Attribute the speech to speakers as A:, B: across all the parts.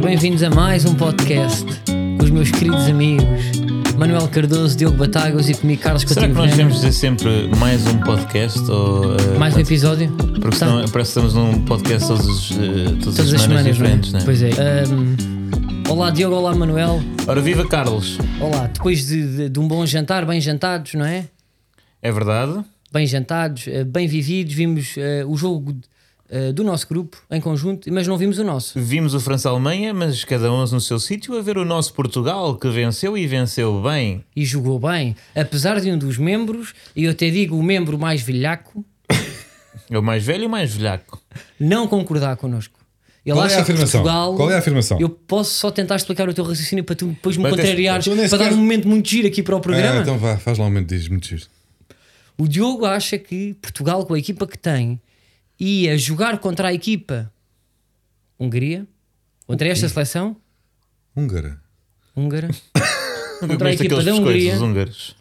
A: Bem-vindos a mais um podcast com os meus queridos amigos Manuel Cardoso, Diogo Batagas e comigo Carlos
B: Será
A: Coutinho
B: que nós
A: Vilhena.
B: devemos dizer sempre mais um podcast? Ou, eh,
A: né? Mais um
B: pode-
A: episódio?
B: Porque
A: Tá?
B: senão parece que estamos num podcast todos, os, eh, todas,
A: Todas
B: as semanas,
A: não é?
B: diferentes, não é?
A: Pois é. Ahm, olá Diogo, olá Manuel.
B: Ora, viva Carlos!
A: Olá, depois de, de- de um bom jantar, bem jantados, não é?
B: É verdade?
A: Bem jantados, eh, bem vividos, vimos eh, o jogo eh, do nosso grupo em conjunto, mas não vimos o nosso.
B: Vimos o França-Alemanha, mas cada um no seu sítio, a ver o nosso Portugal, que venceu e venceu bem.
A: E jogou bem, apesar de um dos membros, e eu até digo o membro mais velhaco,
B: É o mais velho e o mais velhaco.
A: não concordar connosco. Ele
C: Qual é
A: acha
C: a
A: que
C: afirmação?
A: Portugal-
C: Qual é a afirmação?
A: Eu posso só tentar explicar o teu raciocínio para tu depois me
B: Mas
A: contrariares,
C: tu nem
A: para
C: sequer-
A: dar um momento muito giro aqui para o programa.
C: Ah, então vá, faz lá um momento, diz, muito giro.
A: O Diogo acha que Portugal, com a equipa que tem, ia jogar contra a equipa Hungria, contra esta seleção
C: Húngara.
A: húngara,
B: Eu
A: contra a
B: gosto
A: equipa
B: daqueles um-
A: da
B: biscoitos,
A: Hungria,
B: os húngaros.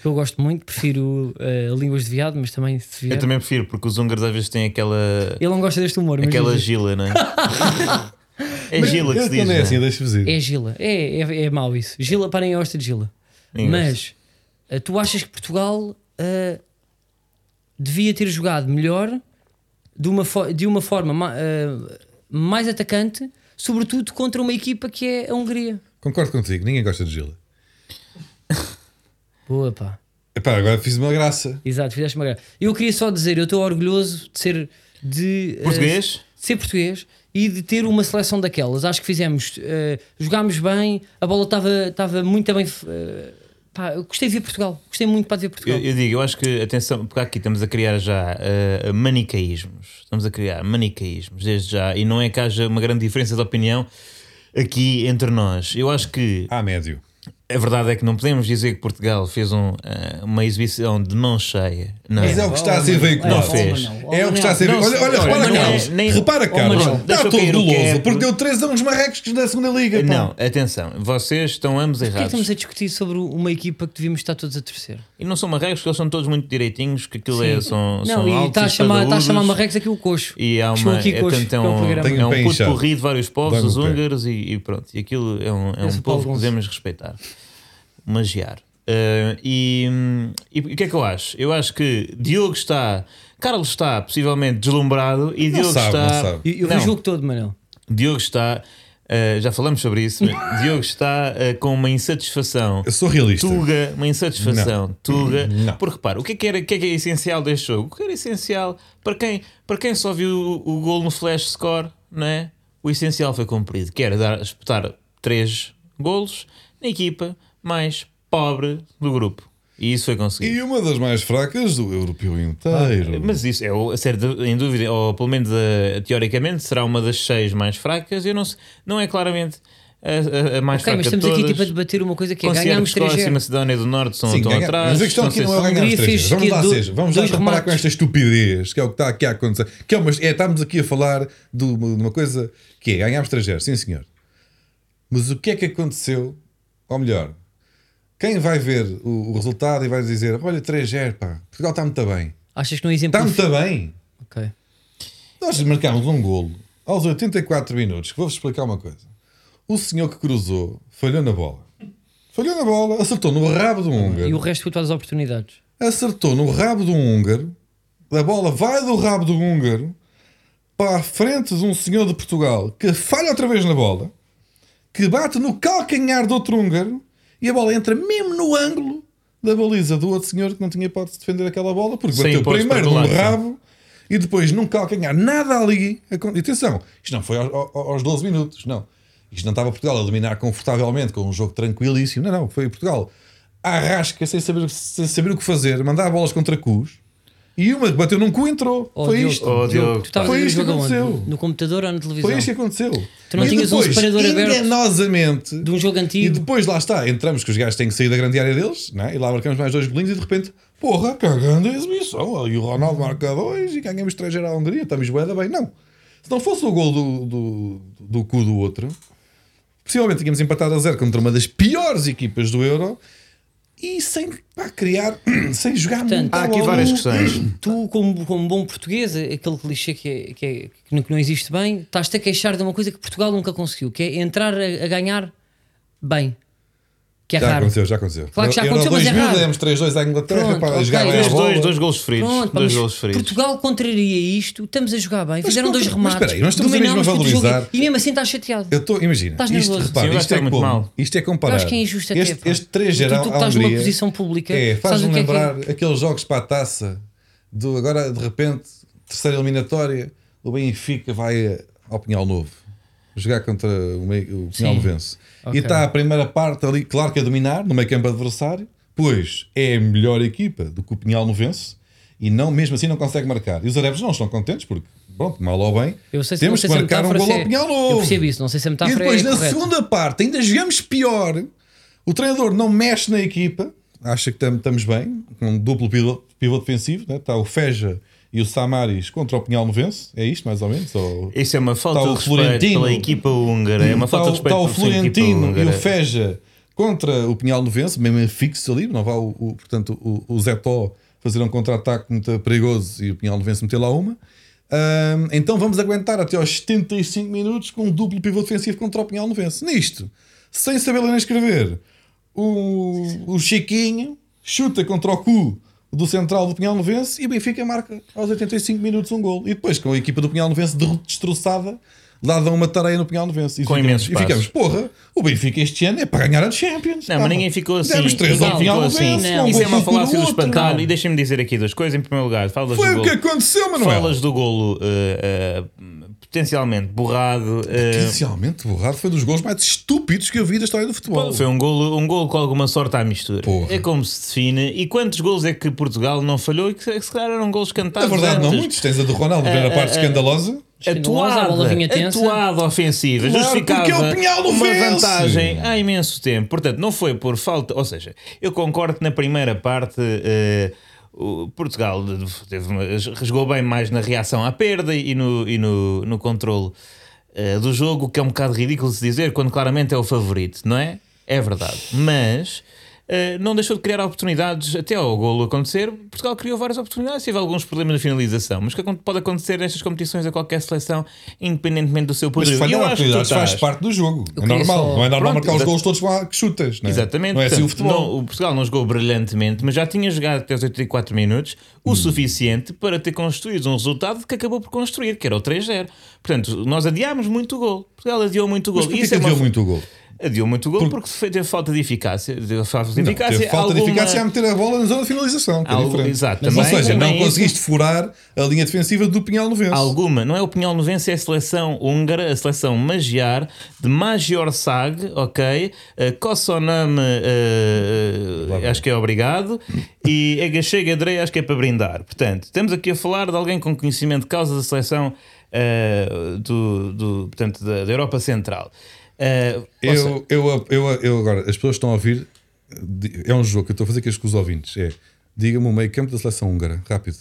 A: que eu gosto muito, prefiro eh, línguas de viado, mas também se vier.
B: Eu também prefiro, porque os húngaros às vezes têm aquela,
A: Ele não gosta deste humor, mas
B: aquela
A: diz-
B: gila, não é? é gila que se diz.
C: Não
B: não
C: é
B: é?
C: assim, deixa-vos ir.
A: É Gila, é, é, é mau isso. Gila, parem, eu gosto de Gila.
B: Ninguém
A: Mas eh, tu achas que Portugal eh, devia ter jogado melhor de uma, fo- de uma forma ma- eh, mais atacante, sobretudo contra uma equipa que é a Hungria?
C: Concordo contigo, ninguém gosta de Gila.
A: Boa, pá.
C: Epá, agora fiz uma graça.
A: Exato, fizeste uma graça. Eu queria só dizer, eu estou orgulhoso de ser de eh,
B: Português?
A: de ser português e de ter uma seleção daquelas. Acho que fizemos, eh, jogámos bem, a bola estava estava muito bem. eh, pá, eu gostei de ver Portugal, gostei muito para ver Portugal.
B: Eu, eu digo, eu acho que, atenção, porque aqui estamos a criar já eh, manicaísmos. Estamos a criar manicaísmos, desde já. E não é que haja uma grande diferença de opinião aqui entre nós. Eu acho que
C: Ah, médio.
B: a verdade é que não podemos dizer que Portugal fez um, eh, uma exibição de mão cheia. Não.
C: Mas é o que está a ser
B: não
C: veiculado.
B: fez.
C: É o que está a ser
B: Não,
C: veiculado. Olha, olha,
B: não,
C: repara,
B: não,
C: Carlos.
B: não, nem-
C: repara,
A: Oh,
C: Carlos.
A: Manuel,
C: Está
B: deixa eu
C: todo
B: cair o que é,
C: doloso
B: porque-
C: porque deu 3 a uns marrecos da segunda liga. pá.
B: Eh, Não, atenção, vocês estão ambos
A: Porquê que
B: errados.
A: estamos a discutir sobre uma equipa que devíamos estar todos a torcer?
B: E não são marrecos, porque eles são todos muito direitinhos, que aquilo é, são, são
A: não, e
B: altos
A: está a chamar, está a
B: espadaúdos.
A: chamar Marrecos aqui o coxo.
B: E há
A: Chegou
B: uma,
A: aqui
B: é,
A: coxo
B: portanto, é
A: para o
B: um,
A: programa.
C: Tenho
B: é
C: o
B: um
C: pé
B: puto
C: inchado.
B: porri de vários povos,
C: Dói-me
B: os
C: o pé.
B: húngaros, e, e pronto. E aquilo é um, é um
A: Esse Paulo
B: povo que
A: Gonço.
B: devemos respeitar, magiar. Ah, e, e o que é que eu acho? Eu acho que Diogo está, Carlos está possivelmente deslumbrado e Diogo
C: sabe,
B: está.
C: não sabe.
A: Eu, eu vi o
B: Não.
A: jogo todo, Manel.
B: Diogo está. ah, já falamos sobre isso. mas Diogo está ah, com uma insatisfação.
C: Eu sou realista.
B: Tuga, uma insatisfação. Tuga.
C: é- Não.
B: Porque repara, o que é que, era, o que é que é essencial deste jogo? O que era essencial para quem, para quem só viu o, o gol no flash score, não é? O essencial foi cumprido, que era dar, espetar três golos na equipa mais pobre do grupo. E isso foi conseguido.
C: E uma das mais fracas do europeu inteiro.
B: Mas isso é o- a ser de- em dúvida, ou pelo menos eh, teoricamente será uma das seis mais fracas. Eu não sei, não é claramente a, a- a mais
A: Ok, mas
B: fraca de
A: estamos
B: todas.
A: aqui tipo a debater uma coisa que é
B: Considero
A: ganhámos
B: que Escócia
A: 3
B: e Macedónia do Norte são
C: Sim,
B: estão
C: ganha-
B: atrás.
C: mas a questão
B: não
C: aqui
B: sei
C: não
B: se-
C: é ganhar
A: Hungria
C: os três.
A: fez
C: Vamos lá,
A: do-
C: seja, vamos lá
A: dois
C: parar
A: remates.
C: com esta estupidez que é o que está aqui a acontecer. Que é, uma, é, estamos aqui a falar de uma, de uma coisa que é ganhámos 3 sim senhor. Mas o que é que aconteceu? Ou melhor, quem vai ver o, o resultado e vai dizer: Olha, 3-0, pá, Portugal está muito bem.
A: Achas que não é exemplo?
C: Está muito bem.
A: Ok.
C: Nós marcámos um golo aos 84 minutos. que Vou-vos explicar uma coisa. O senhor que cruzou falhou na bola. Falhou na bola, acertou no rabo do húngaro
A: E o resto foi todas as oportunidades.
C: acertou no rabo de um húngaro, a bola vai do rabo do húngaro para a frente de um senhor de Portugal que falha outra vez na bola, que bate no calcanhar do outro húngaro e a bola entra mesmo no ângulo da baliza do outro senhor que não tinha hipótese de defender aquela bola porque
B: Sem
C: bateu
B: hipótese
C: primeiro
B: para
C: num
B: o lado.
C: rabo e depois num calcanhar. Nada ali. acon- E atenção, isto não foi ao- ao- aos 12 minutos, não. Isto não estava Portugal a dominar confortavelmente com um jogo tranquilíssimo. Não, não. Foi Portugal à rasca, sem saber, sem saber o que fazer, mandar bolas contra cus e uma que bateu num cu e entrou.
A: Oh,
C: foi
A: Diogo,
C: isto.
B: Oh, Diogo,
A: tu estavas
C: pá.
A: a ver o
C: Foi isto que
A: jogo aonde?
C: aconteceu.
A: No computador ou na televisão?
C: Foi isto que aconteceu.
A: Tu não
C: e
A: tinhas um
C: depois,
A: separador aberto?
C: enganosamente,
A: De um jogo
C: e
A: antigo.
C: depois lá está, entramos que os gajos têm que sair da grande área deles, não é? e lá marcamos mais dois golinhos e de repente, porra, cagando a exibição. E o Ronaldo marca dois e ganhamos 3 à Hungria, estamos bué da bem. Não. Se não fosse o gol do, do, do cu do outro, possivelmente tínhamos empatado a zero contra uma das piores equipas do Euro e sem pá, criar, sem jogar
A: Portanto,
C: muito
B: Há
C: à
B: aqui
C: bola.
B: várias questões.
A: Tu, como, como bom português, aquele clichê que, é- que, é- que não- que não existe bem, estás-te a queixar de uma coisa que Portugal nunca conseguiu, que é entrar a, a ganhar bem. Que é
C: Já
A: raro.
C: aconteceu, já aconteceu.
A: Claro que já
C: Euro
A: aconteceu, mas é
C: 2000,
A: raro.
C: demos 3-2 à Inglaterra,
A: Pronto,
C: pá,
A: ok.
C: jogar bem à
B: Dois,
A: Três,
C: bola.
B: dois, dois golos feridos.
A: Pronto, pá,
B: dois
A: mas
B: golos feridos.
A: Portugal contraria isto, estamos a jogar bem, fizeram
C: não-
A: dois
C: mas
A: remates.
C: espera aí, nós estamos mesmo a
A: dominámos todo o jogo
C: valorizar-
A: E mesmo assim estás chateado.
C: Eu estou, imagina,
A: Estás
C: isto,
A: nervoso.
C: repara,
B: Sim, eu acho
C: isto,
B: que
C: é
B: está muito
C: como,
B: mal.
C: isto é
A: Eu
C: comparado.
A: acho que é injusto até.
C: este,
A: pá.
C: este 3 geral
A: Tu que estás numa posição pública,
C: é,
A: sabes o
C: faz-me
A: que é que é.
C: lembrar aqueles jogos para a taça do agora de repente, terceira eliminatória, o Benfica vai ao Pinhal Novo jogar contra o, meio- o Pinhal
A: Sim.
C: Novense.
A: Ok.
C: E está a primeira parte ali, claro que a dominar, no meio campo adversário, pois é a melhor equipa do que o Pinhal Novense e não, mesmo assim não consegue marcar. E os arebos não estão contentes porque, pronto, mal ou bem,
A: Eu sei se não
C: temos
A: sei
C: que
A: se a
C: marcar um
A: metáfora
C: gol
A: se é-
C: ao Pinhal Novo.
A: Eu percebo isso, não sei se a
C: E
A: metáfora
C: depois,
A: é
C: na
A: correta.
C: segunda parte, ainda jogamos pior. O treinador não mexe na equipa, acha que tam- estamos bem, com um duplo piloto, piloto defensivo, né? está o Feja e o Samaris contra o Pinhal Novense, é isto mais ou menos? Ou...
B: Isso é uma falta
C: Está o
B: de respeito
C: Florentino.
B: pela equipa húngara. É uma
C: Está
B: falta
C: o-
B: de respeito
C: está tá o
B: pela sua equipa
C: Florentino e
B: húngara.
C: o Feja contra o Pinhal Novense, mesmo fixo ali, não vai o, o- portanto, o, o Zé Tó fazer um contra-ataque muito perigoso e o Pinhal Novense meter lá uma. Ahm, então vamos aguentar até aos 75 minutos com um duplo pivô defensivo contra o Pinhal Novense. Nisto, sem saber ler nem escrever, o, o Chiquinho chuta contra o cu do central do Pinhal Novense e o Benfica marca aos 85 minutos um gol. E depois, com a equipa do Pinhal Novense derro- destroçada, lá dão uma tareia no Pinhal Novense. E
B: Com
C: ficamos-
B: imenso
C: E ficamos,
B: espaço.
C: porra, o Benfica este ano é para ganhar a Champions.
B: Não,
C: pá.
B: mas ninguém ficou assim.
C: Demos três
B: ninguém
C: ao
B: ficou
C: Pinhal
B: assim.
C: Novense.
A: Não,
C: um
B: Isso é
C: gol
B: uma
C: por
B: falácia do
C: outro.
B: espantalho. E deixa-me dizer aqui duas coisas. Em primeiro lugar, falas
C: Foi
B: do
C: o
B: golo.
C: que aconteceu, Manuel.
B: Falas do golo eh, eh, potencialmente borrado. eh,
C: Potencialmente borrado foi dos gols mais estúpidos que eu vi da história do futebol.
B: Foi um golo, um golo com alguma sorte à mistura.
C: Porra.
B: É como se define. E quantos golos é que Portugal não falhou e que, se- que se calhar eram golos
C: Na
B: cantados?
C: É verdade, não
B: antes? É,
C: muitos. Tens a do Ronaldo, na primeira parte escandalosa.
A: Espindosa, a bola vinha
B: Atuada,
A: tensa.
B: atuada ofensiva,
C: Claro,
B: justificava
C: porque é o Pinhal do
B: uma
C: Vence.
B: vantagem há imenso tempo. Portanto, não foi por falta. Ou seja, eu concordo que na primeira parte. eh, o Portugal teve uma- resgou bem mais na reação à perda e no, e no, no controle eh, do jogo, o que é um bocado ridículo se dizer quando claramente é o favorito, não é? É verdade. Mas eh, não deixou de criar oportunidades até ao golo acontecer. Portugal criou várias oportunidades, teve alguns problemas na finalização, mas o que acon- pode acontecer nestas competições a qualquer seleção, independentemente do seu
C: Mas
B: poder.
C: falhar
B: Eu acho que tu
C: oportunidades faz
B: estás-
C: parte do jogo. É
A: queria
C: normal.
A: só-
C: Não é normal
B: Pronto,
C: marcar os
B: exato.
C: golos todos lá que chutas. Não é?
B: Exatamente.
C: Não é assim o
B: Portanto,
C: futebol.
B: não- o Portugal não jogou brilhantemente, mas já tinha jogado até os 84 minutos
C: Hum.
B: o suficiente para ter construído um resultado que acabou por construir, que era o 3-0. Portanto, nós adiámos muito o gol. Portugal adiou muito o gol.
C: Mas porquê
B: Isso
C: que
B: é uma-
C: deu muito o gol?
B: Adiou muito o gol porque, foi- teve falta de eficácia. Deu falta de
C: Não,
B: eficácia.
C: teve falta de
B: alguma-
C: eficácia a meter a bola na zona de finalização. Que é
B: Algo-
C: diferente.
B: exato,
C: Ou
B: também-
C: seja,
B: também
C: não
B: isso.
C: conseguiste furar a linha defensiva do Pinhal Novense.
B: Alguma, não é o Pinhal Novense, é a seleção húngara, a seleção Magyar, de Magyarság, ok? Uh, Kossoname, eh, eh, acho que é obrigado, e Egachega Andrei, acho que é para brindar. Portanto, estamos aqui a falar de alguém com conhecimento de causa da seleção eh, do, do- portanto, da, da Europa Central. Eh, ou seja,
C: Eu, eu, eu, eu agora, as pessoas estão a ouvir. di- É um jogo que eu estou a fazer aqui com os ouvintes. É diga-me o meio campo da seleção húngara, rápido.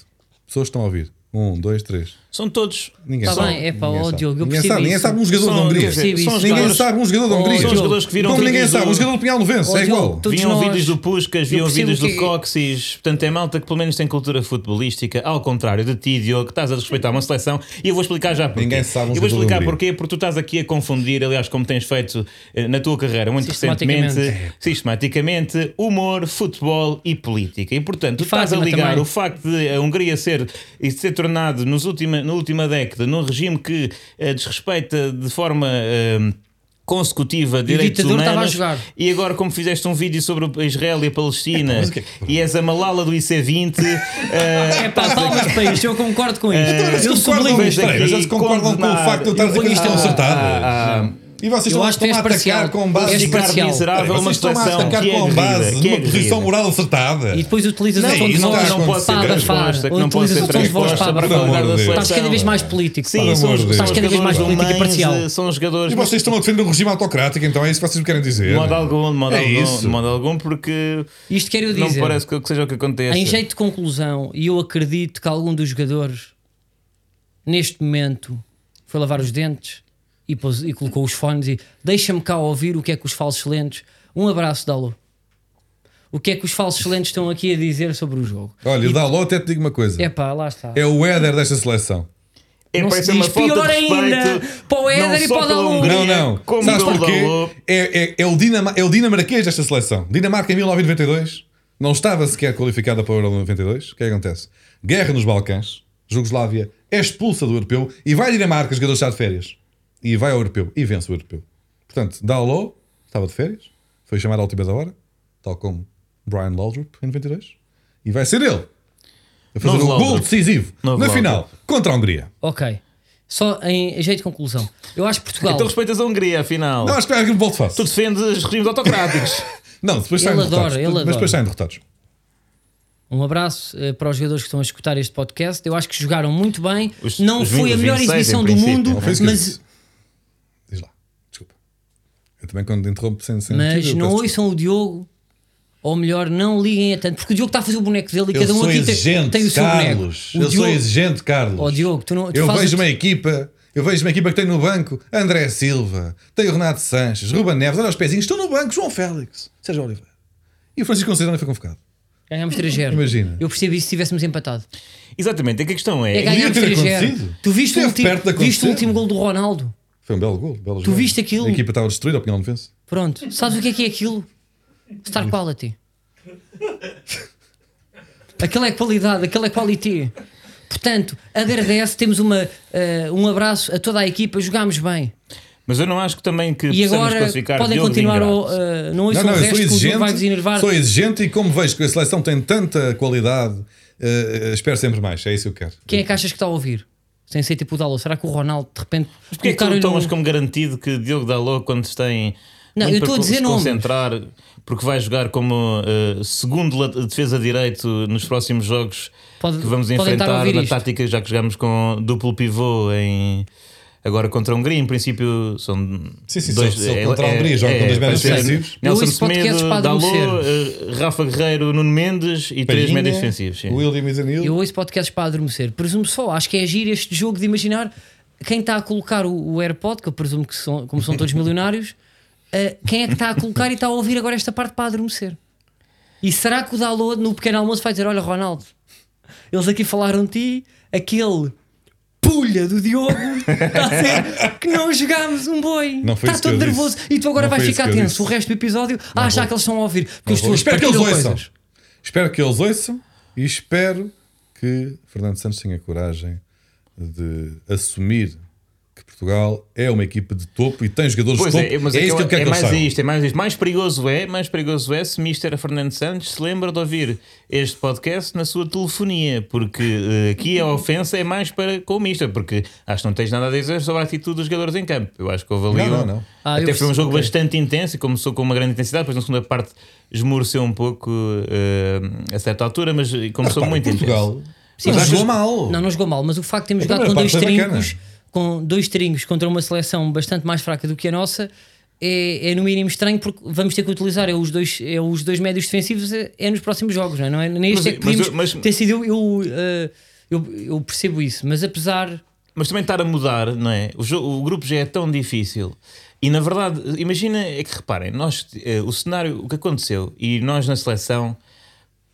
C: Pessoas estão a ouvir. Um, dois, três.
B: são todos.
C: Ninguém
A: Tá
C: sabe.
A: bem, é pá,
C: ninguém
A: ó,
C: sabe.
A: Diogo, eu
C: ninguém
A: percebo
C: sabe, ninguém
A: isso.
C: sabe um jogador da
B: São-
C: Hungria.
B: quer dizer,
A: Percebo
B: são os
A: isso.
C: Ninguém
B: jogadores-
C: sabe um jogador da
A: Oh,
C: Hungria.
B: São os jogadores que viram
C: Como ninguém
B: vídeos
C: sabe,
B: do-
C: um jogador do Pinhal Novense,
A: Oh,
C: é
A: Diogo,
C: igual.
A: tu- Todos
B: Viam
A: nós-
B: vídeos do Puskas,
A: Eu
B: viam
A: percebo
B: vídeos
A: que-
B: do Coxis, portanto é malta que pelo menos tem cultura futebolística, ao contrário de ti, Diogo, que estás a respeitar uma seleção e eu vou explicar já porquê.
C: Ninguém sabe um uns
B: eu vou
C: jogadores
B: explicar
C: do Hungria.
B: porquê, porque tu estás aqui a confundir, aliás, como tens feito eh, na tua carreira muito
A: Sistematicamente.
B: recentemente, eh, sistematicamente, humor, futebol e política. E portanto, tu estás a
A: Fátima
B: ligar
A: também.
B: o facto de a Hungria ser e ser tornado nos última, na última década num regime que eh, desrespeita de forma. eh, Consecutiva, direitos
A: ditador estava a
B: humanos
A: jogar.
B: e agora, como fizeste um vídeo sobre Israel e a Palestina
C: mas o que é que-
B: e és a Malala do IC20, eh,
A: É pá, palmas para isto, eu concordo
B: É,
A: com isto.
C: Mas
A: eu
C: eles concordam-
A: sublimo
B: vejo
A: isto.
C: espera aí, mas eles
B: aqui
C: concordam com o
B: condenar-
C: facto de eu estar a dizer que isto é um
B: ah,
C: acertado. E
A: um
C: vocês
A: Eu
C: estão
A: acho que
C: estão a
A: és
C: atacar
A: parcial.
C: com
A: És
C: base.
B: ficar
A: parcial.
B: miserável é uma
C: Vocês estão a
B: situação
C: atacar
B: que é
C: com base
B: base, que é
C: numa posição
B: aguerrida.
C: moral acertada.
A: E depois utilizas
C: Não,
A: o tom de
C: isso
A: voz
C: não
B: pode ser
A: para abafar,
B: transposta, que
A: ou
B: não pode
A: utilizas
B: ser
A: o tom de voz para
B: transposta para
A: abafar.
C: pelo
B: falar
C: amor
B: da
C: de Deus.
B: seleção.
A: Estás cada vez mais político.
B: Sim,
A: pá.
B: são
C: amor de
B: os,
C: Deus.
B: são os
C: Estás
A: cada vez mais
B: jogadores
A: político e
B: alemães,
A: parcial.
B: eh, São os jogadores
C: E vocês estão a defender o regime autocrático, então é isso que vocês me querem dizer.
B: de modo algum, de modo,
C: É
B: algum,
C: isso.
B: de modo algum, porque
A: Isto quero
B: não
A: dizer.
B: parece que, que seja o que acontece.
A: Em jeito de conclusão, e eu acredito que algum dos jogadores neste momento foi lavar os dentes e, pôs- e colocou os fones e deixa-me cá ouvir o que é que os falsos lentes. Um abraço, Dalo. o que é que os falsos lentes estão aqui a dizer sobre o jogo.
C: Olha, o Dalot até te digo uma coisa.
A: É pá, lá está.
C: É o éder desta seleção.
B: É
A: Não
B: para
A: se
B: ser uma
A: diz.
B: falta
A: Pior
B: de respeito.
A: ainda, para o
B: não
A: Éder e
B: só
A: para o
B: pela
A: Dalot.
B: Hungria,
C: Não, não.
B: Como
C: Sabes
B: pelo
C: porquê?
B: Dalot.
C: É, é- é o Dinama- é o dinamarquês desta seleção. Dinamarca em 1992 não estava sequer qualificada para o Euro 92. O que é que acontece? Guerra nos Balcãs. Jugoslávia é expulsa do Europeu e vai a Dinamarca, jogador está de férias. E vai ao Europeu e vence o Europeu. Portanto, Dalot estava de férias, foi chamado à última da hora, tal como Brian Laudrup em 92. E vai ser ele a fazer
B: Novo
C: o gol
B: Laudrup.
C: decisivo
B: Novo
C: na
B: Laudrup.
C: final contra a Hungria.
A: Ok. Só em jeito de conclusão. Eu acho que Portugal.
B: Então respeitas a Hungria, afinal.
C: Não, acho que é aquilo que volto
B: Tu
C: fácil.
B: defendes regimes autocráticos.
C: Não, depois
A: Ele
C: saem
A: adora,
C: derrotados.
A: ele
C: Mas
A: adora.
C: depois saem derrotados.
A: Um abraço eh, para os jogadores que estão a escutar este podcast. Eu acho que jogaram muito bem.
B: Os-
A: não
B: os
A: foi a
B: 26
A: melhor
B: em
A: exibição do
B: princípio,
A: mundo,
B: não
C: foi isso que eu
A: mas,
C: disse. Diz lá, desculpa. Eu também quando interrompo sem, sem
A: mas
C: motivo, É eu
A: não
C: peço
A: ouçam o Diogo. Ou melhor, não liguem a tanto, porque o Diogo está a fazer o boneco dele e
C: desculpa.
A: cada um
C: Eu sou
A: aqui tem-
C: exigente,
A: tem, o seu
C: Carlos.
A: boneco. O
C: eu sou
A: Diogo-
C: exigente, Carlos.
A: Oh, Diogo, tu não- tu
C: eu
A: fazes-
C: vejo uma equipa, eu vejo uma equipa que tem no banco André Silva, tem o Renato Sanches, Ruben Neves, olha os pezinhos, estão no banco, João Félix, Sérgio Oliveira. E o Francisco Conceição não foi convocado.
A: Ganhámos 3-0.
C: Imagina.
A: Eu percebi isso se tivéssemos empatado.
B: Exatamente, é que a questão é.
A: É
C: ganhar.
A: ganhámos
C: ter
A: 3-0.
C: acontecido.
A: Tu viste o,
C: Esteve
A: último,
C: perto de
A: viste o
C: acontecer.
A: último gol do Ronaldo?
C: Foi um belo gol. Belo
A: Tu viste aquilo?
C: A equipa estava destruída, a opinião de defensa.
A: Pronto. Sabes o que é que é aquilo? Star quality. Aquilo é qualidade, aquilo é quality. Portanto, agradece, temos uma, eh, um abraço a toda a equipa, jogámos bem.
B: Mas eu não acho que também que
A: E
B: possamos
A: agora
B: classificar
A: podem
B: Diogo de
A: continuar, ao,
B: ingratos.
A: eh, não
C: Não,
A: ouçam
C: não,
A: o
C: eu
A: resto
C: sou
A: que o Diogo vai vos
C: exigente,
A: enervar.
C: sou exigente e como vejo que a seleção tem tanta qualidade, eh, espero sempre mais. É isso que eu quero.
A: Quem é que achas que está a ouvir? Sem ser tipo o Dalot, será que o Ronaldo de repente. Mas
B: Porquê é que tu tomas como garantido que Diogo Dalot, quando se tem.
A: Não,
B: muito
A: eu estou
B: para
A: a dizer
B: se
A: nomes.
B: concentrar, porque vai jogar como eh, segundo la- defesa direito nos próximos jogos
A: Pode-
B: que vamos
A: podem estar a
B: enfrentar
A: ouvir
B: na
A: isto.
B: tática, já que jogamos com duplo pivô em. Agora contra a Hungria, em princípio são
C: Sim, sim,
B: dois. é,
C: se- se ele contra a Hungria joga com dois médios
B: vai ser
C: defensivos.
A: Eu
B: Nelson
A: ouço podcasts
B: Semedo,
A: para
B: Dalot,
A: adormecer.
B: eh, Rafa Guerreiro, Nuno Mendes e três médios defensivos. sim.
C: William
A: Eu
C: Izanil.
A: ouço podcasts para adormecer. Presumo só, acho que é agir este jogo de imaginar quem está a colocar o, o AirPod, que eu presumo que são, como são todos milionários, eh, quem é que está a colocar e está a ouvir agora esta parte para adormecer. E será que o download no pequeno almoço vai dizer: Olha, Ronaldo, eles aqui falaram de ti, aquele pulha do Diogo está a dizer que não jogámos um boi.
C: Não foi
A: está
C: isso que
A: todo
C: eu disse.
A: nervoso e tu agora
C: Não
A: vais
C: foi isso
A: ficar
C: que eu
A: tenso
C: disse.
A: o resto do episódio a achar que eles estão a ouvir. Porque é as tuas
C: Espero que eles
A: partilham
C: ouçam.
A: coisas.
C: Espero que eles ouçam e espero que Fernando Santos tenha coragem de assumir que Portugal é uma equipe de topo e tem jogadores
B: Pois
C: de topo.
B: é, mas
C: é,
B: é,
C: isso que eu
B: é
C: quero que eles
B: mais
C: saibam.
B: isto, é mais isto. Mais perigoso é, mais perigoso é se Mr. Fernando Santos se lembra de ouvir este podcast na sua telefonia, porque eh, aqui a ofensa é mais para com o Mr., porque acho que não tens nada a dizer sobre a atitude dos jogadores em campo. Eu acho que houve ali
C: Não,
B: um-
C: não, não.
A: Ah, eu
B: Até foi
A: percebi,
B: um jogo
A: ok.
B: bastante intenso e começou com uma grande intensidade, depois na segunda parte esmoreceu um pouco eh, a certa altura, mas começou
C: Repara,
B: muito intenso.
C: Portugal.
A: Sim,
C: mas
A: mas-
C: jogou mal.
A: Não, não jogou mal, mas o facto de termos
C: A
A: jogado com
C: primeira
A: dois
C: parte foi
A: tringos,
C: bacana.
A: com dois tringos contra uma seleção bastante mais fraca do que a nossa, é, é no mínimo estranho porque vamos ter que utilizar é os dois, é os dois médios defensivos é, é nos próximos jogos, não é? Não é nem este
B: Mas-
A: é que
B: mas eu-
A: podíamos
B: mas-
A: ter sido eu, eu, eh, eu, eu percebo isso, mas apesar
B: Mas também estar a mudar, não é? O, jo- o grupo já é tão difícil. E na verdade, imagina, é que reparem, nós, eh, o cenário, o que aconteceu, e nós na seleção,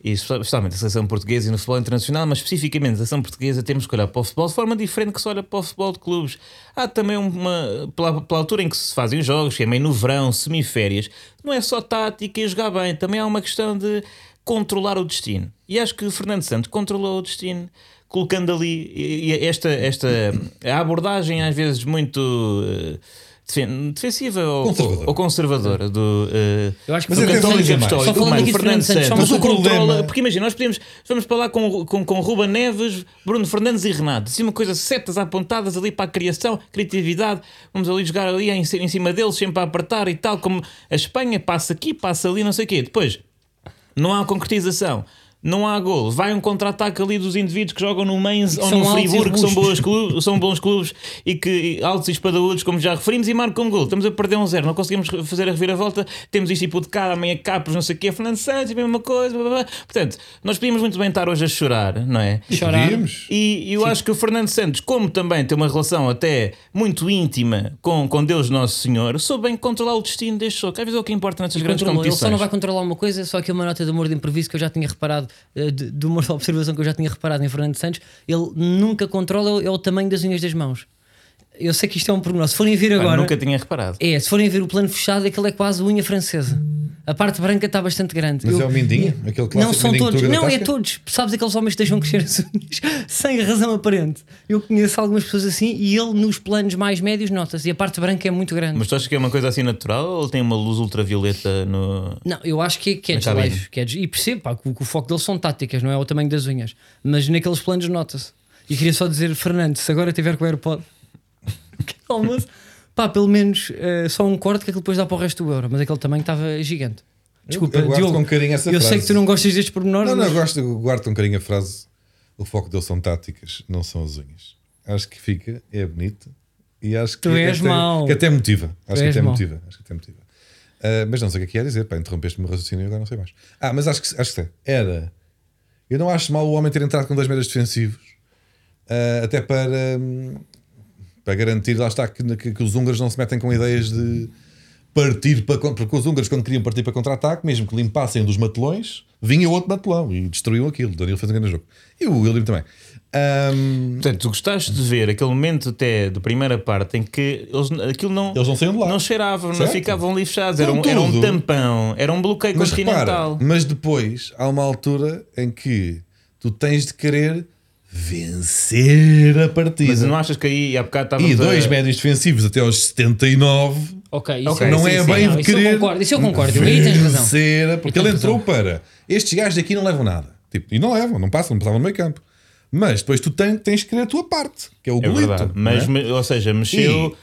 B: e espe- especialmente a seleção portuguesa e no futebol internacional, mas especificamente a seleção portuguesa, temos que olhar para o futebol de forma diferente que se olha para o futebol de clubes. Há também uma. pela, pela altura em que se fazem os jogos, que é meio no verão, semiférias, não é só tática e jogar bem, também há uma questão de controlar o destino. E acho que o Fernando Santos controlou o destino, colocando ali e- e esta, esta a abordagem às vezes muito. eh, defen- Defensiva ou
C: Conservadora.
B: ou conservadora do, eh,
A: Eu acho que
B: do
A: Fernando
B: Católica
C: Santos-
B: Apostólica.
A: Só falando
B: Mano,
A: aqui de Fernando Santos, só uma
C: é Mas o
B: controla-
C: problema- é-
B: porque imagina, nós podemos, vamos para lá com, com, com Ruba Neves, Bruno Fernandes e Renato. Assim, uma coisa, setas apontadas ali para a criação, criatividade. Vamos ali jogar ali em, ci- em cima deles, sempre a apertar e tal. Como a Espanha passa aqui, passa ali, não sei o quê. Depois, não há concretização. não há gol. Vai um contra-ataque ali dos indivíduos que jogam no Mainz ou
A: são
B: no
A: altos e
B: Friburgo, que são,
A: robustos.
B: boas clubes, são bons clubes e que altos e espadaúdos, como já referimos, e marcam um gol. Estamos a perder um zero, não conseguimos re- fazer a reviravolta. Temos isto hipotecado, amanhã Capos, não sei o quê, Fernando Santos, a mesma coisa. Blá, blá, blá. Portanto, nós podíamos muito bem estar hoje a chorar, não é?
A: Chorar.
C: Podíamos?
B: E eu acho que o Fernando Santos, como também tem uma relação até muito íntima com, com Deus Nosso Senhor, soube bem controlar o destino deste jogo. que Às vezes é o que importa nessas grandes
A: Controlou. Ele
B: competições.
A: só não vai controlar uma coisa, só que é uma nota de humor de imprevisto que eu já tinha reparado, eh, de, de uma observação que eu já tinha reparado em Fernando Santos, ele nunca controla o- é o tamanho das unhas das mãos. Eu sei que isto é um pormenor. Se forem ver
B: Pá,
A: agora,
B: Nunca tinha reparado.
A: é, se forem ver o plano fechado, aquele é quase unha francesa. A parte branca está bastante grande.
C: Mas
A: Eu-
C: é o Mindinho? Aquele clássico
A: Não são
C: mindinho que
A: todos,
C: tu
A: não é
C: agarraste?
A: todos. Sabes aqueles homens que deixam crescer as unhas sem razão aparente. Eu conheço algumas pessoas assim e ele nos planos mais médios nota-se. E a parte branca é muito grande.
B: Mas tu achas que é uma coisa assim natural ou ele tem uma luz ultravioleta no.
A: Não, eu acho que é, que é
B: Mas
C: tá
B: está bem.
A: desleixo, que é des- E percebo pá, que, o, que o foco deles são táticas, não é o tamanho das unhas. Mas naqueles planos nota-se. E queria só dizer, Fernando, se agora tiver com o AirPod, que almoço, pá, pelo menos eh, só um corte que aquilo depois dá para o resto do euro. Mas aquele tamanho estava gigante. Desculpa,
C: eu guardo
A: Diogo,
C: com carinho essa
A: eu sei
C: frase.
A: que tu não gostas destes pormenores.
C: Não, não,
A: mas-
C: eu gosto, eu guardo um carinho a frase. O foco deles são táticas, não são as unhas. Acho que fica, é bonito. E acho que,
A: Tu és
C: até,
A: mau.
C: que até motiva. Acho que
A: és
C: até
A: mau.
C: motiva. Acho que até motiva. Ah, mas não sei o que é que ia dizer, pá, interrompeste-me o raciocínio e agora não sei mais. Ah, mas acho que, acho que sei. era. Eu não acho mal o homem ter entrado com dois meras defensivos, ah, até para, hum, para garantir, lá está, que, que- que os húngaros não se metem com ideias de partir para. con- Porque os húngaros, quando queriam partir para contra-ataque, mesmo que limpassem um dos matelões, vinha outro matelão e destruíam aquilo. Danilo fez um grande jogo. E o William também. Hum, Ahm,
B: Portanto, tu gostaste de ver aquele momento até de primeira parte em que eles, aquilo não.
C: eles não saíam de lá.
B: Não cheiravam, não
C: Certo.
B: ficavam ali fechados, era um, era um
C: Contudo-
B: tampão, era um bloqueio
C: mas
B: continental.
C: repara, mas depois há uma altura em que tu tens de querer vencer a partida.
B: Mas não achas que aí há bocado estávamos
C: E dois
B: a...
C: médios defensivos até aos 79.
A: Ok, isso
B: Ok,
A: é-
C: não
A: sim,
C: é
A: sim,
C: bem
A: não,
C: de
A: isso eu
C: querer.
A: concordo, Isso eu concordo, aí tens razão.
C: vencer, porque
A: tens
C: ele entrou para. Estes gajos daqui não levam nada. Tipo, e não levam, não passam, não passavam no meio campo. Mas depois tu ten- tens que querer a tua parte, que é o
B: É
C: golito.
B: verdade,
C: não é?
B: mas, me- ou seja, mexeu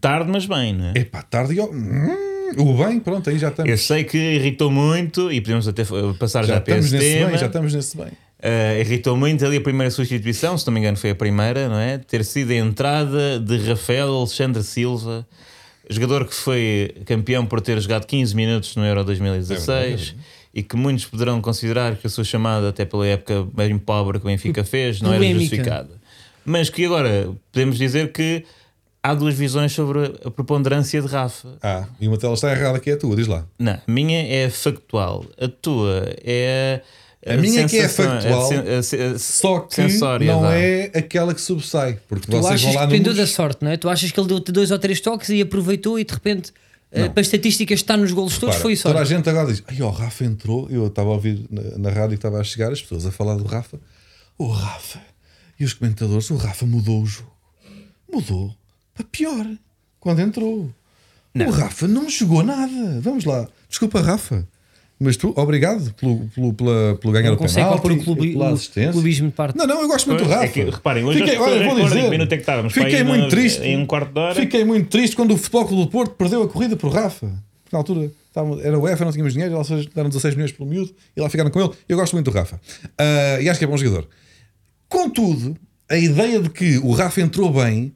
B: tarde, mas bem, não é?
C: Epá, tarde e. ao- Hum, o bem, pronto, aí já estamos.
B: Eu sei que irritou muito, e podemos até eh, passar já,
C: já
B: para
C: estamos
B: esse
C: nesse
B: tema.
C: bem, já estamos nesse bem.
B: Eh, irritou muito ali a primeira substituição, se não me engano foi a primeira, não é? Ter sido a entrada de Rafael Alexandre Silva, jogador que foi campeão por ter jogado 15 minutos no Euro 2016 e que muitos poderão considerar que a sua chamada, até pela época bem pobre que o Benfica fez, não era
A: Polémica.
B: justificada. Mas que agora podemos dizer que há duas visões sobre a preponderância de Rafa.
C: Ah, e uma tela está errada que é a tua, diz lá.
B: Não, a minha é factual. A tua é.
C: A minha que é
B: sensação-
C: factual,
B: a sen- a- a-
C: Só que
B: sensória,
C: não
B: vá.
C: é aquela que subsai. Porque
A: Tu
C: vocês vão
A: achas
C: lá
A: que
C: no.
A: dependeu da sorte, não é? Tu achas que ele deu-te dois ou três toques e aproveitou e de repente, eh, para estatísticas, está nos golos todos,
C: Repara,
A: foi
C: Toda a
A: sorte.
C: gente agora diz: Ai, o Rafa entrou. Eu estava a ouvir na, na rádio que estava a chegar as pessoas a falar do Rafa. O Rafa. E os comentadores: O Rafa mudou o jogo. Mudou. Para pior. Quando entrou. O Rafa não jogou nada. Vamos lá. Desculpa, Rafa. Mas tu, obrigado pelo, pelo, pela, pelo ganhar
A: Não
C: o
A: consegue
C: penalti
A: pôr o clubi-
C: e pela
A: o
C: assistência.
A: clubismo de parte.
C: Não, não, eu gosto muito do
B: Pois, é
C: Rafa.
B: que, reparem, hoje as pessoas recordem que minuto é que estávamos, para
C: fiquei
B: aí
C: muito
B: numa-
C: triste.
B: em um quarto de hora.
C: Fiquei muito triste quando o Futebol Clube do Porto perdeu a corrida por Rafa. Na altura estava- era o EFA, não tínhamos dinheiro, elas deram 16 milhões pelo miúdo e lá ficaram com ele. Eu gosto muito do Rafa. Ah, e acho que é bom jogador. Contudo, a ideia de que o Rafa entrou bem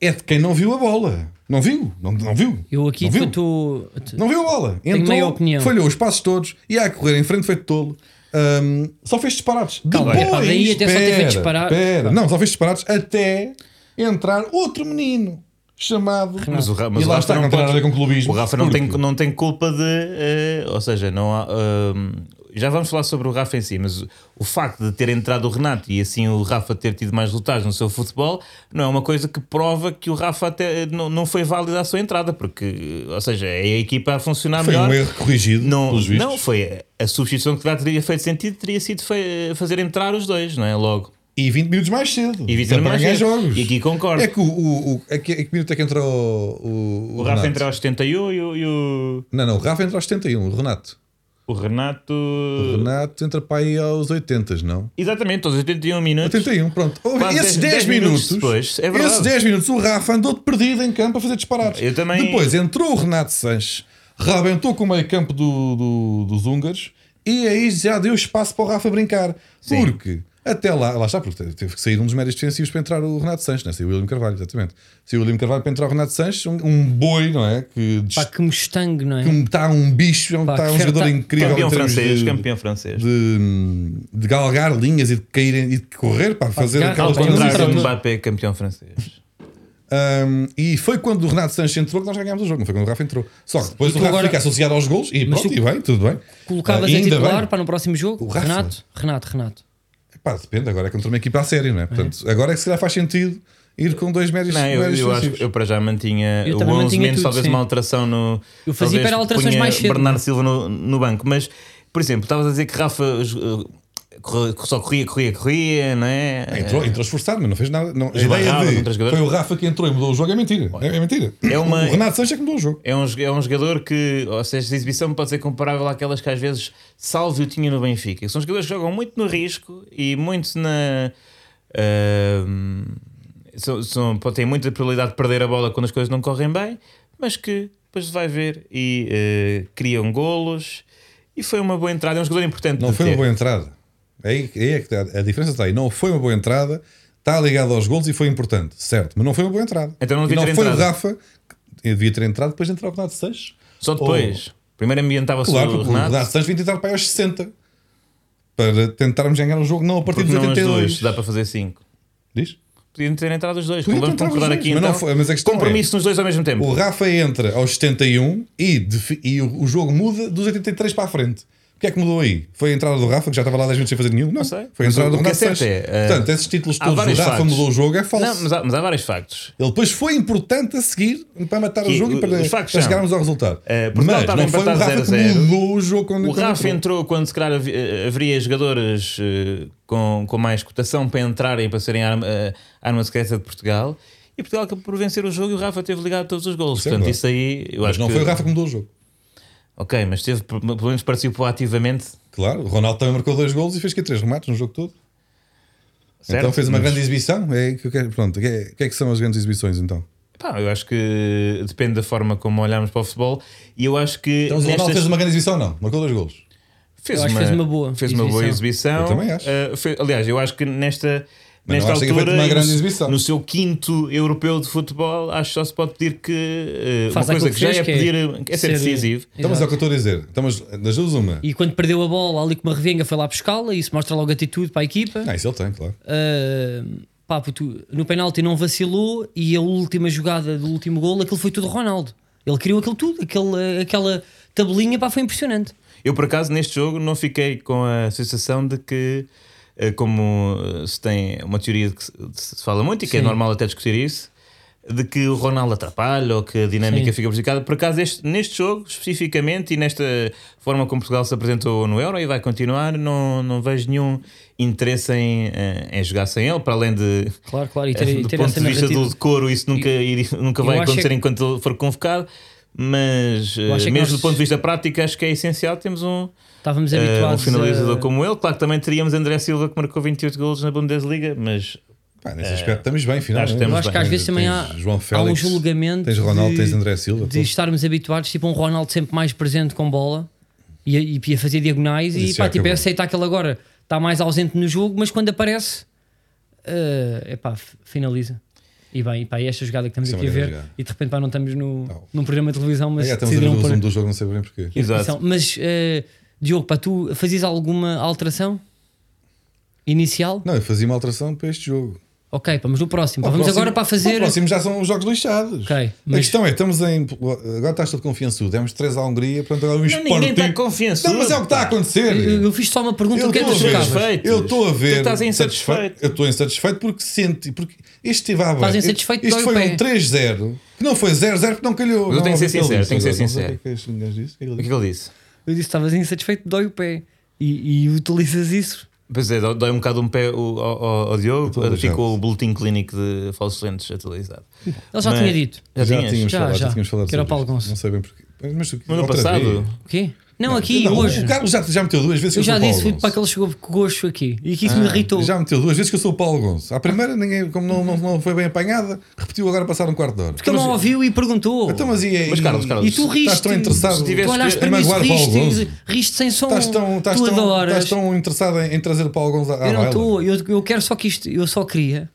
C: é de quem não viu a bola. Não viu? Não, não viu?
A: Eu aqui
C: não viu?
A: estou.
C: Não viu a bola.
A: meia
C: Entrou,
A: opinião.
C: falhou os passos todos e a correr em frente feito tolo. Ahm, só fez disparados.
A: Calma,
C: Depois,
A: é pá, daí até só ter feito
C: espera,
A: disparar-
C: espera. Não, só fez disparados até entrar outro menino chamado.
B: Mas o Ra- mas
C: e
B: o
C: lá
B: Rafa
C: está,
B: não
C: não tem nada a
B: pode-
C: ver com clubismo.
B: O Rafa não tem,
C: porque
B: não tem culpa de. eh, ou seja, não há. eh, já vamos falar sobre o Rafa em si, mas o, o facto de ter entrado o Renato e assim o Rafa ter tido mais resultados no seu futebol não é uma coisa que prova que o Rafa até eh, não, não foi válida a sua entrada, porque, eh, ou seja, é a equipa a funcionar
C: Foi
B: melhor.
C: um erro corrigido,
B: Não,
C: pelos vistos.
B: não foi a substituição que lá teria feito sentido, teria sido fe- fazer entrar os dois, não é? Logo.
C: E 20 minutos mais cedo.
B: E 20
C: Para
B: minutos mais
C: ganhar
B: cedo.
C: jogos.
B: E aqui concordo.
C: É que o. o, o- é que, é que minuto é que entrou o. O,
B: O Rafa
C: Renato?
B: entra aos 71 e o, e o,
C: Não, não, o Rafa entra aos 71, o Renato.
B: o Renato.
C: O Renato entra para aí aos 80, não?
B: Exatamente, aos 81 minutos.
C: 81, pronto. Oh,
B: Quase
C: esses
B: 10
C: 10,
B: minutos
C: minutos.
B: depois, é verdade.
C: Esses 10 minutos o Rafa andou de perdido em campo a fazer disparados.
B: Eu também-
C: Depois entrou o Renato Sanches, rebentou com o meio campo do, do- dos húngaros E aí já deu espaço para o Rafa brincar.
B: Sim.
C: Porque até lá, lá está, porque teve- teve que sair um dos médios defensivos para entrar o Renato Sanches, não é? Saiu o William Carvalho, exatamente. Saiu o William Carvalho para entrar o Renato Sanches, um, um boi, não é? Que
A: Pá, que Mustang, não é?
C: está um bicho, é um,
A: Pá,
C: tá
A: que
C: um jogador
A: tá-
C: incrível.
B: Campeão
C: em termos
B: francês,
C: de,
B: campeão francês.
C: de, de galgar linhas e de cair em- e de correr para fazer
A: garra-
C: aquelas
B: Ao
A: Pá, não-
B: contrário do
C: coisas.
B: Mbappé, campeão francês.
C: Um, e foi quando o Renato Sanches entrou que nós ganhámos o jogo, não foi quando o Rafa entrou. Só que
A: E
C: depois
A: tu
C: o Rafa
A: agora-
C: fica associado aos golos e
A: Mas
C: pronto,
A: tu-
C: e bem, tudo bem.
A: Colocavas
C: Ah,
A: a
C: ainda
A: titular
C: bem.
A: para no próximo jogo?
C: O Rafa.
A: Renato, Renato, Renato.
C: Pá, depende, agora é contra uma equipa a sério, não é? Portanto, agora é que se calhar faz sentido ir com dois médios,
B: Não, eu,
C: médios
B: eu acho
C: defensivos.
B: que eu para já mantinha
A: Eu
B: o
A: também
B: 11
A: mantinha
B: menos
A: tudo,
B: talvez
A: sim.
B: uma alteração no.
A: Eu fazia
B: talvez
A: para alterações
B: punha
A: mais cedo,
B: Bernardo
A: não é?
B: Silva no, no banco, mas por exemplo, estavas a dizer que Rafa eh, corre- só corria, corria, corria, não é?
C: Entrou, entrou esforçado, mas não fez nada. Não, a
B: Esbarrava
C: ideia
B: contra
C: de,
B: os jogadores.
C: foi o Rafa que entrou e mudou o jogo, é mentira. É, é mentira.
B: É uma-
C: O Renato Sanches é que mudou o jogo.
B: É um, jo- é um jogador que, ou seja, esta exibição pode ser comparável àquelas que às vezes Salvio tinha no Benfica. São jogadores que jogam muito no risco e muito na. ahm, são, são, pode- têm muita probabilidade de perder a bola quando as coisas não correm bem, mas que depois vai ver e eh, criam golos. E foi uma boa entrada. É um jogador importante.
C: Não
B: de
C: foi uma
B: ter.
C: boa entrada. Aí, aí é que tá- a diferença está aí. Não foi uma boa entrada, está ligado aos gols e foi importante, certo? Mas não foi uma boa entrada.
B: Então não
C: e
B: devia
C: não
B: ter
C: foi
B: entrado.
C: o Rafa. que Devia ter entrado, depois de entrar o Renato Sanches.
B: Só depois. Primeiro ambientava-se
C: Oh. Claro,
B: o
C: porque o
B: Renato.
C: Renato Sanches vinha tentar para aí aos 60 para tentarmos ganhar o jogo, não a partir
B: Porque
C: dos
B: não as
C: 82.
B: duas, dá para fazer cinco.
C: um. Diz?
B: Podiam ter entrado os dois.
C: Podiam
B: Vamos
C: ter entrado os
B: concordar
C: dois,
B: aqui.
C: mas não
B: então,
C: foi- mas a questão é-
B: compromisso nos dois ao mesmo tempo.
C: O Rafa entra aos 71 e, defi- e o, o jogo muda dos 83 para a frente. O que é que mudou aí? Foi a entrada do Rafa, que já estava lá 10 minutos sem fazer nenhum? Não,
B: sei.
C: Foi a
B: Mas
C: entrada
B: o-
C: do
B: o que é
C: Renato
B: certo
C: Sanches.
B: é, eh,
C: Portanto, esses títulos
B: há
C: todos, o
B: vários
C: Rafa
B: fatos.
C: mudou o jogo, é falso.
B: Não, mas há, mas há vários factos.
C: Ele depois foi importante a seguir para matar o
B: Que
C: jogo e
B: o-
C: para,
B: os factos
C: para
B: são,
C: chegarmos ao resultado.
B: eh, Portugal
C: mas
B: estava
C: não foi o
B: empatado
C: Rafa que
B: 0-0.
C: mudou o jogo quando
B: O
C: quando
B: Rafa
C: entrou.
B: entrou quando se calhar havi- eh, haveria jogadores eh, com, com mais cotação para entrarem e para serem arma, eh, arma secreta de Portugal. E Portugal acabou por vencer o jogo e o Rafa teve ligado todos os golos.
C: Isso é
B: Portanto,
C: verdade.
B: isso aí eu
C: Mas
B: acho
C: não
B: que.
C: foi o Rafa que mudou o jogo.
B: Ok, mas teve, pelo menos participou ativamente.
C: Claro, o Ronaldo também marcou dois golos e fez que três remates no jogo todo.
B: Certo?
C: Então fez uma
B: Mas,
C: grande exibição. É, que eu quero- pronto, o que, é, o que é que são as grandes exibições então?
B: pá, eu acho que depende da forma como olharmos para o futebol. E eu acho que.
C: Então o Ronaldo
B: nestas-
C: fez uma grande exibição, não? Marcou dois golos.
B: fez
A: Eu acho que fez uma boa
B: fez uma boa exibição.
C: Eu também acho.
B: Uh, fe- aliás, eu acho que nesta,
C: Mas não
B: nesta
C: acho que tenha
B: altura,
C: feito uma
B: e
C: grande
B: no,
C: exibição.
B: no seu quinto europeu de futebol, acho que só se pode pedir que. Uh, uma
A: Faça
B: coisa
A: aquilo que
B: que já
A: fez,
B: é
A: que é
B: pedir. uh, É ser
A: ser-
B: decisivo.
C: Então, mas é
A: Exato.
C: o que eu estou a dizer. Então, mas das duas, uma.
A: E quando perdeu a bola ali com uma revenga, foi lá buscá-la e isso mostra logo atitude para a equipa.
C: Ah, isso ele tem, claro.
A: Uh, pá, puto, no penalti não vacilou e a última jogada do último gol, aquilo foi tudo Ronaldo. Ele criou aquilo tudo, aquele, aquela tabelinha, pá, foi impressionante.
B: Eu, por acaso, neste jogo não fiquei com a sensação de que, eh, como eh, se tem uma teoria de que se- de se fala muito e que é
A: Sim.
B: normal até discutir isso, de que o Ronaldo atrapalha ou que a dinâmica
A: Sim.
B: fica prejudicada. Por acaso, este- neste jogo especificamente e nesta forma como Portugal se apresentou no Euro e vai continuar, não, não vejo nenhum interesse em, eh, em jogar sem ele, para além de
A: Claro, claro,
C: É,
A: e ter,
B: É, do
A: ter
B: ponto
A: essa
B: de vista do
A: narrativa.
B: decoro, isso nunca, iria- nunca
A: eu
B: vai
A: acho
B: acontecer
A: é-
B: enquanto ele for convocado, mas eh,
A: acho é
B: mesmo
A: que nós-
B: do ponto de vista prático, acho que é essencial. Temos um,
A: Estávamos
B: eh, um
A: habituados
B: finalizador
A: a...
B: como ele. Claro que também teríamos André Silva que marcou 28 golos na Bundesliga, mas
C: Pá, nesse aspecto estamos bem, finalmente.
B: Eh, acho que estamos
A: Eu acho que
B: bem.
A: às vezes também
C: Tens
A: há,
C: João
A: há um
C: Félix,
A: julgamento
C: Tens Ronaldo,
A: de,
C: tens André Silva.
A: de
C: todos.
A: estarmos habituados, tipo um Ronaldo sempre mais presente com bola e, e, e a fazer diagonais
C: Mas
A: e
C: isso já
A: pá, tipo,
C: acabou.
A: é aceitar que ele agora está mais ausente no jogo, mas quando aparece, é epá, f- finaliza. E bem, pá, e esta jogada que estamos
C: Isso é
A: aqui a
C: uma
A: ver,
C: grande jogada.
A: e de repente pá, não estamos no,
C: Não.
A: num programa de televisão, mas
C: Ah, já estamos a ver
A: decidiram
C: o
A: pôr
C: zoom do jogo, não sei bem porquê.
A: aqui a
B: Exato.
A: repetição. Mas eh, Diogo, pá, tu fazias alguma alteração inicial?
C: Não, eu fazia uma alteração para este jogo.
A: Ok, pá, mas no próximo, pá,
C: Ao
A: Então vamos
C: próximo-
A: agora para
C: Ao
A: fazer.
C: próximo já são os jogos lixados.
A: Ok,
C: A
A: mas-
C: questão é, estamos em. Agora estás todo confiançudo. Demos 3 à Hungria, portanto agora o
B: Não, ninguém tá
C: Sporting-
B: está confiançudo,
C: Não, mas é o que está a
B: pá.
C: acontecer.
A: tá Eu, eu fiz só uma pergunta: o que é que
C: tô
A: tu
C: a ver-
A: jogavas?
B: satisfeitos.
C: Eu estou a ver.
B: Tu estás insatisfeito.
C: satisfeito- Eu estou insatisfeito porque senti. Porque isto teve à
A: Estás
C: beira.
A: insatisfeito,
C: Isto
A: dói o
C: foi
A: pé.
C: um 3-0. Que não foi 0-0 porque não calhou.
B: Mas eu
C: Não,
B: tenho que ser
C: não,
B: sincero, tenho que
C: não,
B: ser
C: não sei
B: sincero.
C: o que é que este gajo disse, o que é que ele
B: o que é
C: disse?
B: que ele disse?
A: Eu disse: estavas insatisfeito, dói o pé. E, e utilizas isso.
B: Pois é, dói dói um bocado um pé o, ao, ao- ao
C: estou a
B: Diogo,
C: ver, já.
B: ficou o boletim clínico de falsos lentes atualizado.
A: Ele já
B: Mas-
C: é?
A: tinha dito.
B: Já,
C: Já
B: tinhas?
C: tínhamos
A: Já,
C: falado,
A: já.
C: já tínhamos falado
A: Que era
C: sobre
A: o Paulo
C: isto.
A: Gonçalo.
C: Não sei bem porquê. Mas, mas,
B: No ano
C: outra
B: passado,
C: vez.
A: O quê? Não, aqui
C: Não, o-
A: hoje.
C: O Carlos já, já meteu duas vezes que
A: eu
C: eu,
A: já
C: sou o Paulo
A: disse, fui
C: Gonço.
A: para aquele chegou com gosto aqui. E que isso me irritou.
C: Ah, Já meteu duas vezes que eu sou o Paulo Gonço. A primeira, ninguém, como não, não, não foi bem apanhada, repetiu agora passar um quarto de hora.
A: Porque ele não ouviu e perguntou.
C: Então, mas e,
B: Mas,
C: e-
B: Carlos, Carlos,
A: e tu
C: estás
A: riste.
C: tão interessado- Se
B: tivesse
A: tu olhaste
B: que-
A: para mim e
C: em magoar
A: riste,
C: Paulo
A: riste,
C: Gonzo.
A: riste sem som.
C: Estás tão, estás
A: tu
C: tão,
A: adoras.
C: estás tão interessado em, em trazer o Paulo Gonço à
A: eu não
C: baila?
A: estou. Eu, eu quero só que isto. Eu só queria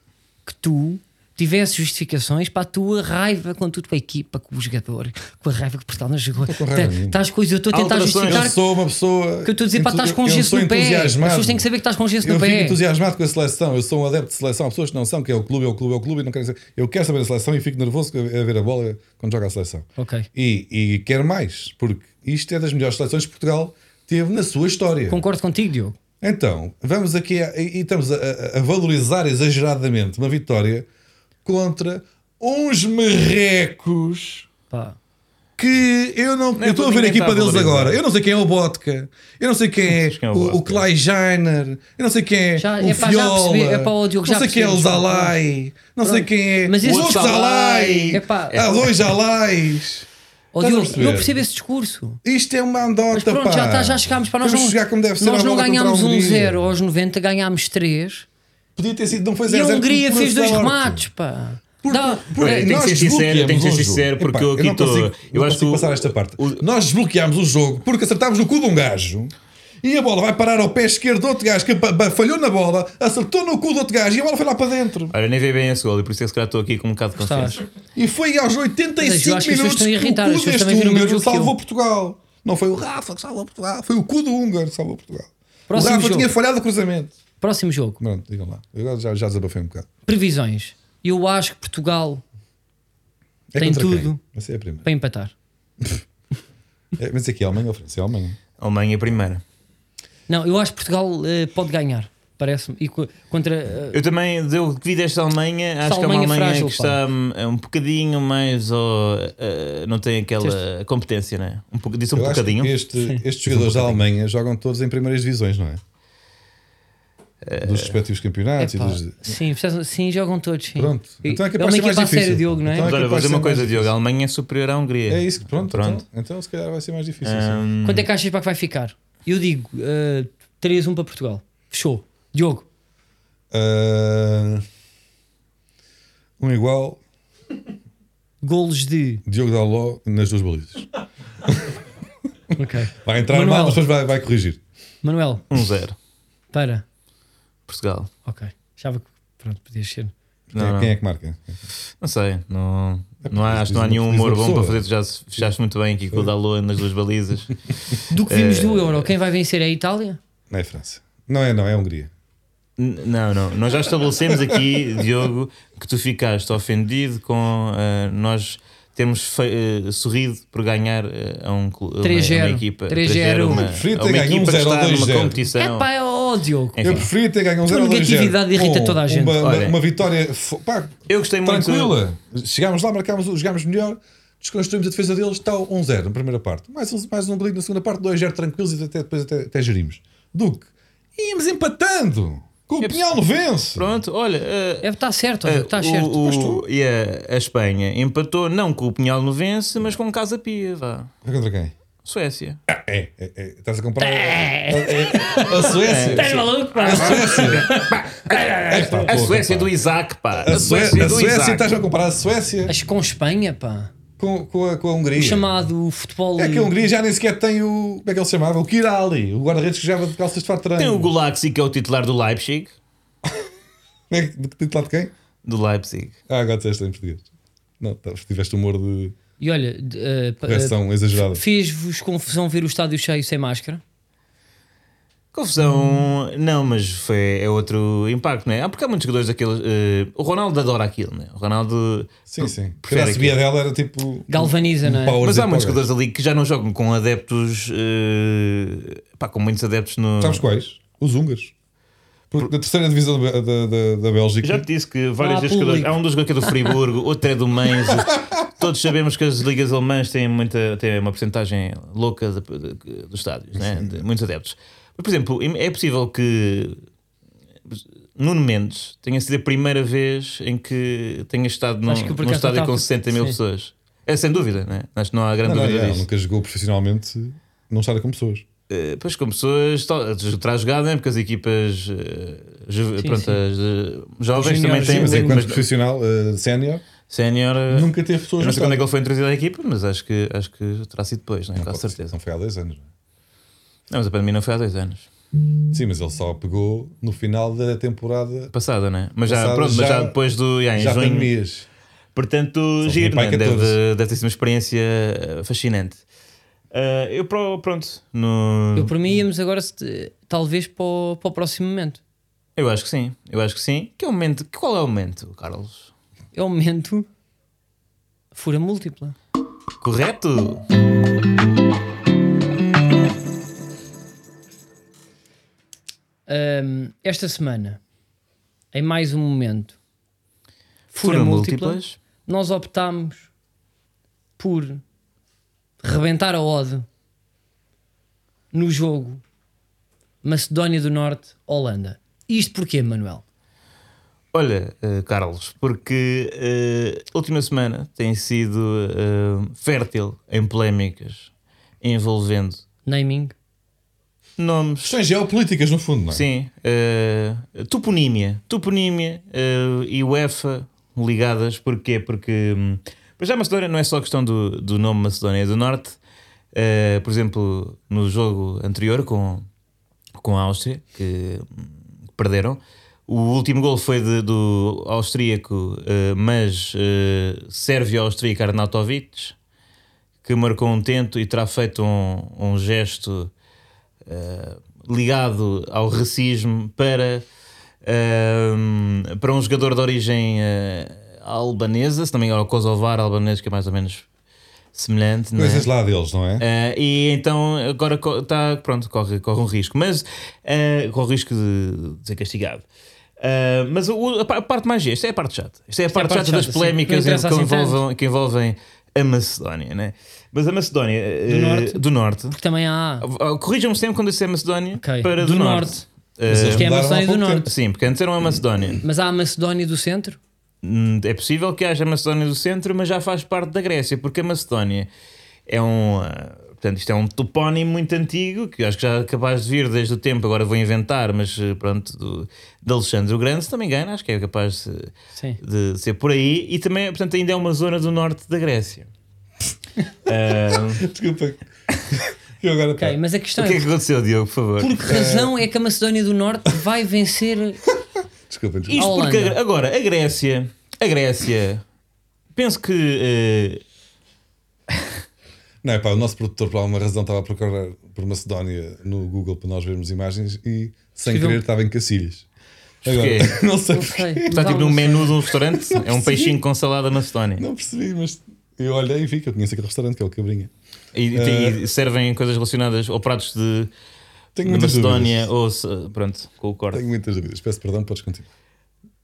A: que tu tivesse justificações para a tua raiva com tu, com a equipa, com o jogador, com a raiva que Portugal não jogou.
C: com raiva nenhuma.
A: Estás coisas. Eu estou a tentar
B: Alterações.
A: justificar
C: Eu sou uma pessoa.
A: que eu estou a dizer, pá,
C: entu-
A: estás com
C: eu- eu
A: gesso
C: sou
A: no pé. As
C: entusiasmado.
A: pessoas têm que saber que estás com gesso
C: Eu
A: no
C: fico
A: pé.
C: entusiasmado com a seleção, eu sou um adepto de seleção. Há pessoas que não são, que é o clube, é o clube, é o clube, e não quero saber. Eu quero saber a seleção e fico nervoso a a ver a bola quando joga a seleção.
A: Ok.
C: E, e quero mais, porque isto é das melhores seleções que Portugal teve na sua história.
A: Concordo contigo, Diogo.
C: Então, vamos aqui a- e e estamos a, a- a valorizar exageradamente uma vitória contra uns merrecos
A: Pá.
C: que eu não.
B: é
C: eu estou a ver
B: porque ninguém
C: a equipa
B: está a
C: deles
B: valorizar.
C: agora. Eu não sei quem é o Botka, eu não sei quem é,
B: sei quem é o
C: o, o
B: Botka.
C: Clay Jainer, eu não sei quem é
A: Já-
C: o
A: é pá, já
C: Fiola,
A: percebi, é pá, ó, Diogo, já
C: não sei quem é o
A: percebemos, pá,
C: Zalai, não sei quem é
A: Mas
C: o
A: esse-
C: outro
B: Outro
C: Zalai,
B: Zalai.
A: É pá.
C: há dois Zalais.
A: Ó,
C: Estás a
A: Diogo,
C: perceber?
A: eu percebo esse discurso.
C: Isto é uma andota,
A: Mas pronto,
C: pá.
A: já, está, já chegámos para nós.
C: Vamos
A: não,
C: chegar como deve ser
A: nós
C: à
A: não
C: bola contra a
A: ganhámos um
C: Hungria.
A: 0 aos 90, ganhámos 3.
C: Podia ter sido, não foi 0
A: E a Hungria fez dois remates, pá. Dá-
C: Porque
B: É, tem que
C: nós
B: ser sincero, tem que ser
C: desbloqueámos o jogo.
B: sincero, porque eu aqui
C: não
B: tô-
C: consigo-
B: eu
C: não
B: acho
C: consigo
B: que o-
C: passar esta parte.
B: o-
C: Nós desbloqueámos o jogo porque acertámos no cu de um gajo. E a bola vai parar ao pé esquerdo de outro gajo que ba- ba- falhou na bola, acertou no cu do outro gajo e a bola foi lá para dentro.
B: Olha, nem vi bem esse gol e por isso é que se calhar estou aqui com um bocado de
A: Estás.
B: consciência.
C: E foi aos
A: Mas eu
C: 85
A: acho que as pessoas
C: minutos
A: estão a irritar, as
C: o cu
A: pessoas
C: deste
A: também viram o mesmo
C: húngaro
A: jogo que eu.
C: salvou Portugal. Não foi o Rafa que salvou Portugal, foi o cu do húngaro que salvou Portugal.
A: Próximo
C: o Rafa
A: jogo.
C: tinha falhado o cruzamento.
A: Próximo jogo.
C: Pronto, digam lá. Eu agora já, já desabafei um bocado.
A: Previsões. Eu acho que Portugal
C: É
A: Tem
C: contra quem?
A: tudo.
C: Essa é a primeira.
A: para empatar.
C: É, mas aqui é Alemanha ou França? É Alemanha.
B: Alemanha é primeira.
A: Não, eu acho que Portugal eh, pode ganhar. Parece-me. E co- contra. eh,
B: Eu também, eu que vi desta Alemanha, acho que é uma
A: Alemanha
B: Alemanha
A: frágil,
B: que está hum, é um bocadinho mais. ó, eh, não tem aquela competência, né? Um pouco, disse um
C: Eu acho
B: bocadinho. um
C: que é este- estes jogadores da Alemanha jogam todos em primeiras divisões, não é?
B: Eh,
C: Dos respectivos campeonatos
A: epá,
C: e dos.
A: sim, precisam- sim, jogam todos. Sim.
C: Pronto.
A: E-
C: Então é capaz
A: uma
C: de ser mais
A: equipa a sério,
C: difícil.
A: Diogo, não é?
C: Então
B: Mas olha, vou dizer uma
C: Vai ser
B: coisa,
C: mais
B: Diogo. A Alemanha é superior à Hungria.
C: É isso, pronto.
B: Pronto.
C: Então, então se calhar vai ser mais difícil. sim.
B: Hum,
A: Quanto é que achas para que vai ficar? Eu digo eh, 3-1 para Portugal. Fechou. Diogo,
C: Ah, um igual,
A: golos de.
C: Diogo Daló nas duas balizas.
A: Ok.
C: Vai entrar
A: Manuel.
C: mal, mas depois vai, vai corrigir.
A: Manuel,
C: então.
B: 1-0.
A: para.
B: Portugal.
A: Ok. Achava que pronto, podias ser.
B: Não,
C: quem,
B: não.
C: quem é que marca?
B: Não sei, não, não há, acho que não há
C: diz
B: nenhum
C: uma
B: humor bom
C: pessoa.
B: para fazer. Tu já se- fechaste muito bem aqui com o Dalot nas duas balizas.
A: Do que vimos
B: Eh,
A: do Euro, quem vai vencer é a Itália?
C: Não é França. Não é, não, é Hungria.
B: N- Não, não. Nós já estabelecemos aqui, Diogo, que tu ficaste ofendido com ah, nós termos fe- eh, sorrido por ganhar eh, a, um, clu- a uma- a uma
A: 3-0.
B: equipa.
A: 3-0.
B: uma,
C: Preferia
B: a
C: ter
B: uma
C: ganho um
B: equipa que
C: 0 ou
B: está numa
C: 2-0.
A: É
B: competição.
A: pá, é ó Diogo.
B: É.
C: Eu
B: Enfim.
C: preferia ter ganho um
A: Tua
C: 0
A: negatividade irrita toda a gente.
C: Uma, uma,
B: Olha.
C: uma vitória fo- pá,
B: Eu gostei muito.
C: tranquila. Chegámos lá, marcámos, o- jogámos melhor, desconstruímos a defesa deles, está 1-0 na primeira parte. Mais um, mais um golinho na segunda parte, 2-0 tranquilos e até, depois até, até gerimos. Duque, íamos empatando. Com o Pinhal no vence.
B: Pronto, olha. ah,
A: É, está certo,
B: ah,
A: está certo.
B: o- o- e a, a Espanha empatou não com o Pinhal no vence, mas com Casa Pia, vá.
C: Foi É contra quem?
B: Suécia.
C: Ah, é, é, é, estás a comprar é, é, a Suécia.
A: Estás Tá maluco, pá?
C: A Suécia. Epá,
B: A
C: porra,
B: Suécia
C: pá.
B: do Isaac, pá.
C: A Suécia, a
B: do
C: Suécia tá
B: Isaac.
C: estás a comparar a Suécia
A: Acho que com Espanha, pá.
C: com, com, a, com a Hungria.
A: O chamado futebol.
C: É que a Hungria já nem sequer tem o. Como é que ele se chamava? O Kirali, o guarda-redes que jogava de calças de fato de treino.
B: Tem o Gulaxi, que é o titular do Leipzig.
C: Como é que- de, de, de, de quem?
B: Do Leipzig.
C: Ah, agora disseste em português. Não, tá, tiveste humor de
A: E olha, de- eh, pa- eh,
C: reação exagerada.
A: fez-vos confusão ver o estádio cheio sem máscara?
B: Confusão, não, mas foi, é outro impacto, não é? Ah, porque há muitos jogadores daqueles. eh, o Ronaldo adora aquilo, não é? O Ronaldo.
C: Sim, sim. Porque
B: prefere
C: a subia
B: aquilo.
C: dela era tipo.
A: Galvaniza, não é?
C: power
B: Mas
C: de
B: há muitos
C: power.
B: jogadores ali que já não jogam com adeptos. eh, pá, com muitos adeptos no.
C: Sabes quais? Os húngaros. Porque da terceira divisão da, da, da, da Bélgica.
B: Já te disse que vários
A: Não há
B: destes jogadores.
A: público.
B: Há um dos jogadores que é do Friburgo, outro é do Mainz. Todos sabemos que as ligas alemãs têm, muita, têm uma porcentagem louca de- de- dos estádios, né? de muitos adeptos. Mas, por exemplo, im- é possível que Nuno Mendes tenha sido a primeira vez em que tenha estado num,
A: Acho que por
B: num
A: acaso
B: estádio
A: estava-
B: com 60 mil
A: sim.
B: pessoas. É sem dúvida, né? acho que não há grande
C: não, não,
B: dúvida
C: é,
B: disso.
C: nunca jogou profissionalmente. Não estarem com pessoas.
B: Eh, pois com pessoas to- traz jogado, né? porque as equipas eh, ju-
A: Sim,
B: pronto,
A: sim.
B: as, eh, jovens
A: Os
B: também
A: juniores,
B: têm,
A: sim, é
C: Mas
B: mas,
C: enquanto
B: mas
C: profissional, eh, sénior,
B: sénior eh,
C: nunca teve
B: eu
C: pessoas
B: não
C: no
B: sei quando é que
C: estádio.
B: ele foi introduzido à equipa, mas acho que, acho que terá sido depois, né? com
C: Pode-
B: certeza.
C: Não foi há 10 anos. não é?
B: Não, mas a pandemia não foi há dois anos.
C: Sim, mas ele só pegou no final da temporada
B: Passada, né? Mas já,
C: Passada,
B: pronto, mas
C: já-
B: já depois do. já em
C: já
B: junho.
C: pandemias.
B: Portanto,
C: Só
B: giro,
C: tem pai é
B: né? deve,
C: 14.
B: deve ter sido uma experiência eh, fascinante. Eh, eu, pro- pronto, no,
A: Eu, por mim, íamos agora, se- talvez, para o, para o próximo momento.
B: eu acho que sim, eu acho que sim. Que é o momento, que- qual é o momento, Carlos?
A: É o momento. Fura múltipla.
B: Correto?
A: Ahm, esta semana, em mais um momento, fura,
B: Foram
A: múltipla, nós optámos por rebentar a ode no jogo Macedónia do Norte-Holanda. Isto porquê, Manuel?
B: Olha, eh, Carlos, porque eh, a última semana tem sido eh, fértil em polémicas envolvendo
A: Naming.
B: nomes.
C: Questões geopolíticas, no fundo, não é?
B: Sim, eh, toponímia, toponímia eh, e UEFA ligadas, porquê? Porque hum, para já a Macedónia não é só questão do, do nome Macedónia do Norte, Eh, por exemplo, no jogo anterior com, com a Áustria, que hum, perderam, o último gol foi de- do austríaco, eh, mas eh, sérvio-austríaco Arnautovic, que marcou um tento e terá feito um, um gesto eh, ligado ao racismo para, eh, para um jogador de origem eh, albanesa, se não me engano, ou kosovar albanês, que é mais ou menos semelhante. não é?
C: Coisas lá deles, não é?
B: Eh, e então agora co- tá, pronto, corre, corre um risco, mas eh, corre o risco de, de ser castigado. Eh, mas o- a, pa- a parte mais esta é a parte chata. Esta é a parte,
A: parte
B: chata das
A: chata, sim. Não
B: polémicas em-
A: interessa
B: que,
A: assim
B: envolvem, que envolvem a Macedónia, né? Mas a Macedónia eh,
A: Do norte?
B: do norte.
A: Porque também há.
B: Ah, Corrijam-me sempre quando eu disser Macedónia
A: Ok.
B: para do,
A: Do
B: norte.
A: norte.
B: Eh,
C: Mas eles
A: que é a
C: mudaram há
A: Macedónia do
C: pouco
A: Norte.
C: tempo.
B: sim, porque antes eram a Macedónia.
A: Mas há a Macedónia do Centro.
B: Hum, É possível que haja a Macedónia do Centro, mas já faz parte da Grécia, porque a Macedónia é um. ah, Portanto, isto é um topónimo muito antigo, que eu acho que já é capaz de vir desde o tempo, agora vou inventar, mas eh, pronto, do, de Alexandre o Grande, se não me engano, acho que é capaz de,
A: Sim.
B: de ser por aí, e também, portanto, ainda é uma zona do norte da Grécia.
C: Desculpa. Eu agora.
A: Ok, mas a questão
B: O que é
A: é
B: que aconteceu, Diogo, por favor?
A: por que razão é que a Macedónia do Norte vai vencer
C: Desculpa, desculpa.
B: Isto
A: A
B: porque
A: Holanda.
B: agora a Grécia, a Grécia, penso que eh,
C: Não, é pá, o nosso produtor, por alguma razão, estava a procurar por Macedónia no Google para nós vermos imagens e, sem
A: Escreveu-
C: querer, estava em Cacilhos. Agora,
B: Porquê?
C: não sei
A: Não
C: porquê.
A: sei.
B: está
A: Mas há
B: tipo num
A: uma-
B: menu de um restaurante, é um
C: percebi.
B: peixinho com salada macedónia.
C: Não percebi, mas eu olhei e vi que eu conheço aquele restaurante, que é o Cabrinha.
B: E, e tem- e servem coisas relacionadas ou pratos de,
C: Eh, Tenho
B: de
C: muitas
B: Macedónia
C: dúvidas.
B: ou se- pronto, com o corte.
C: Tenho muitas dúvidas. Peço perdão, podes continuar.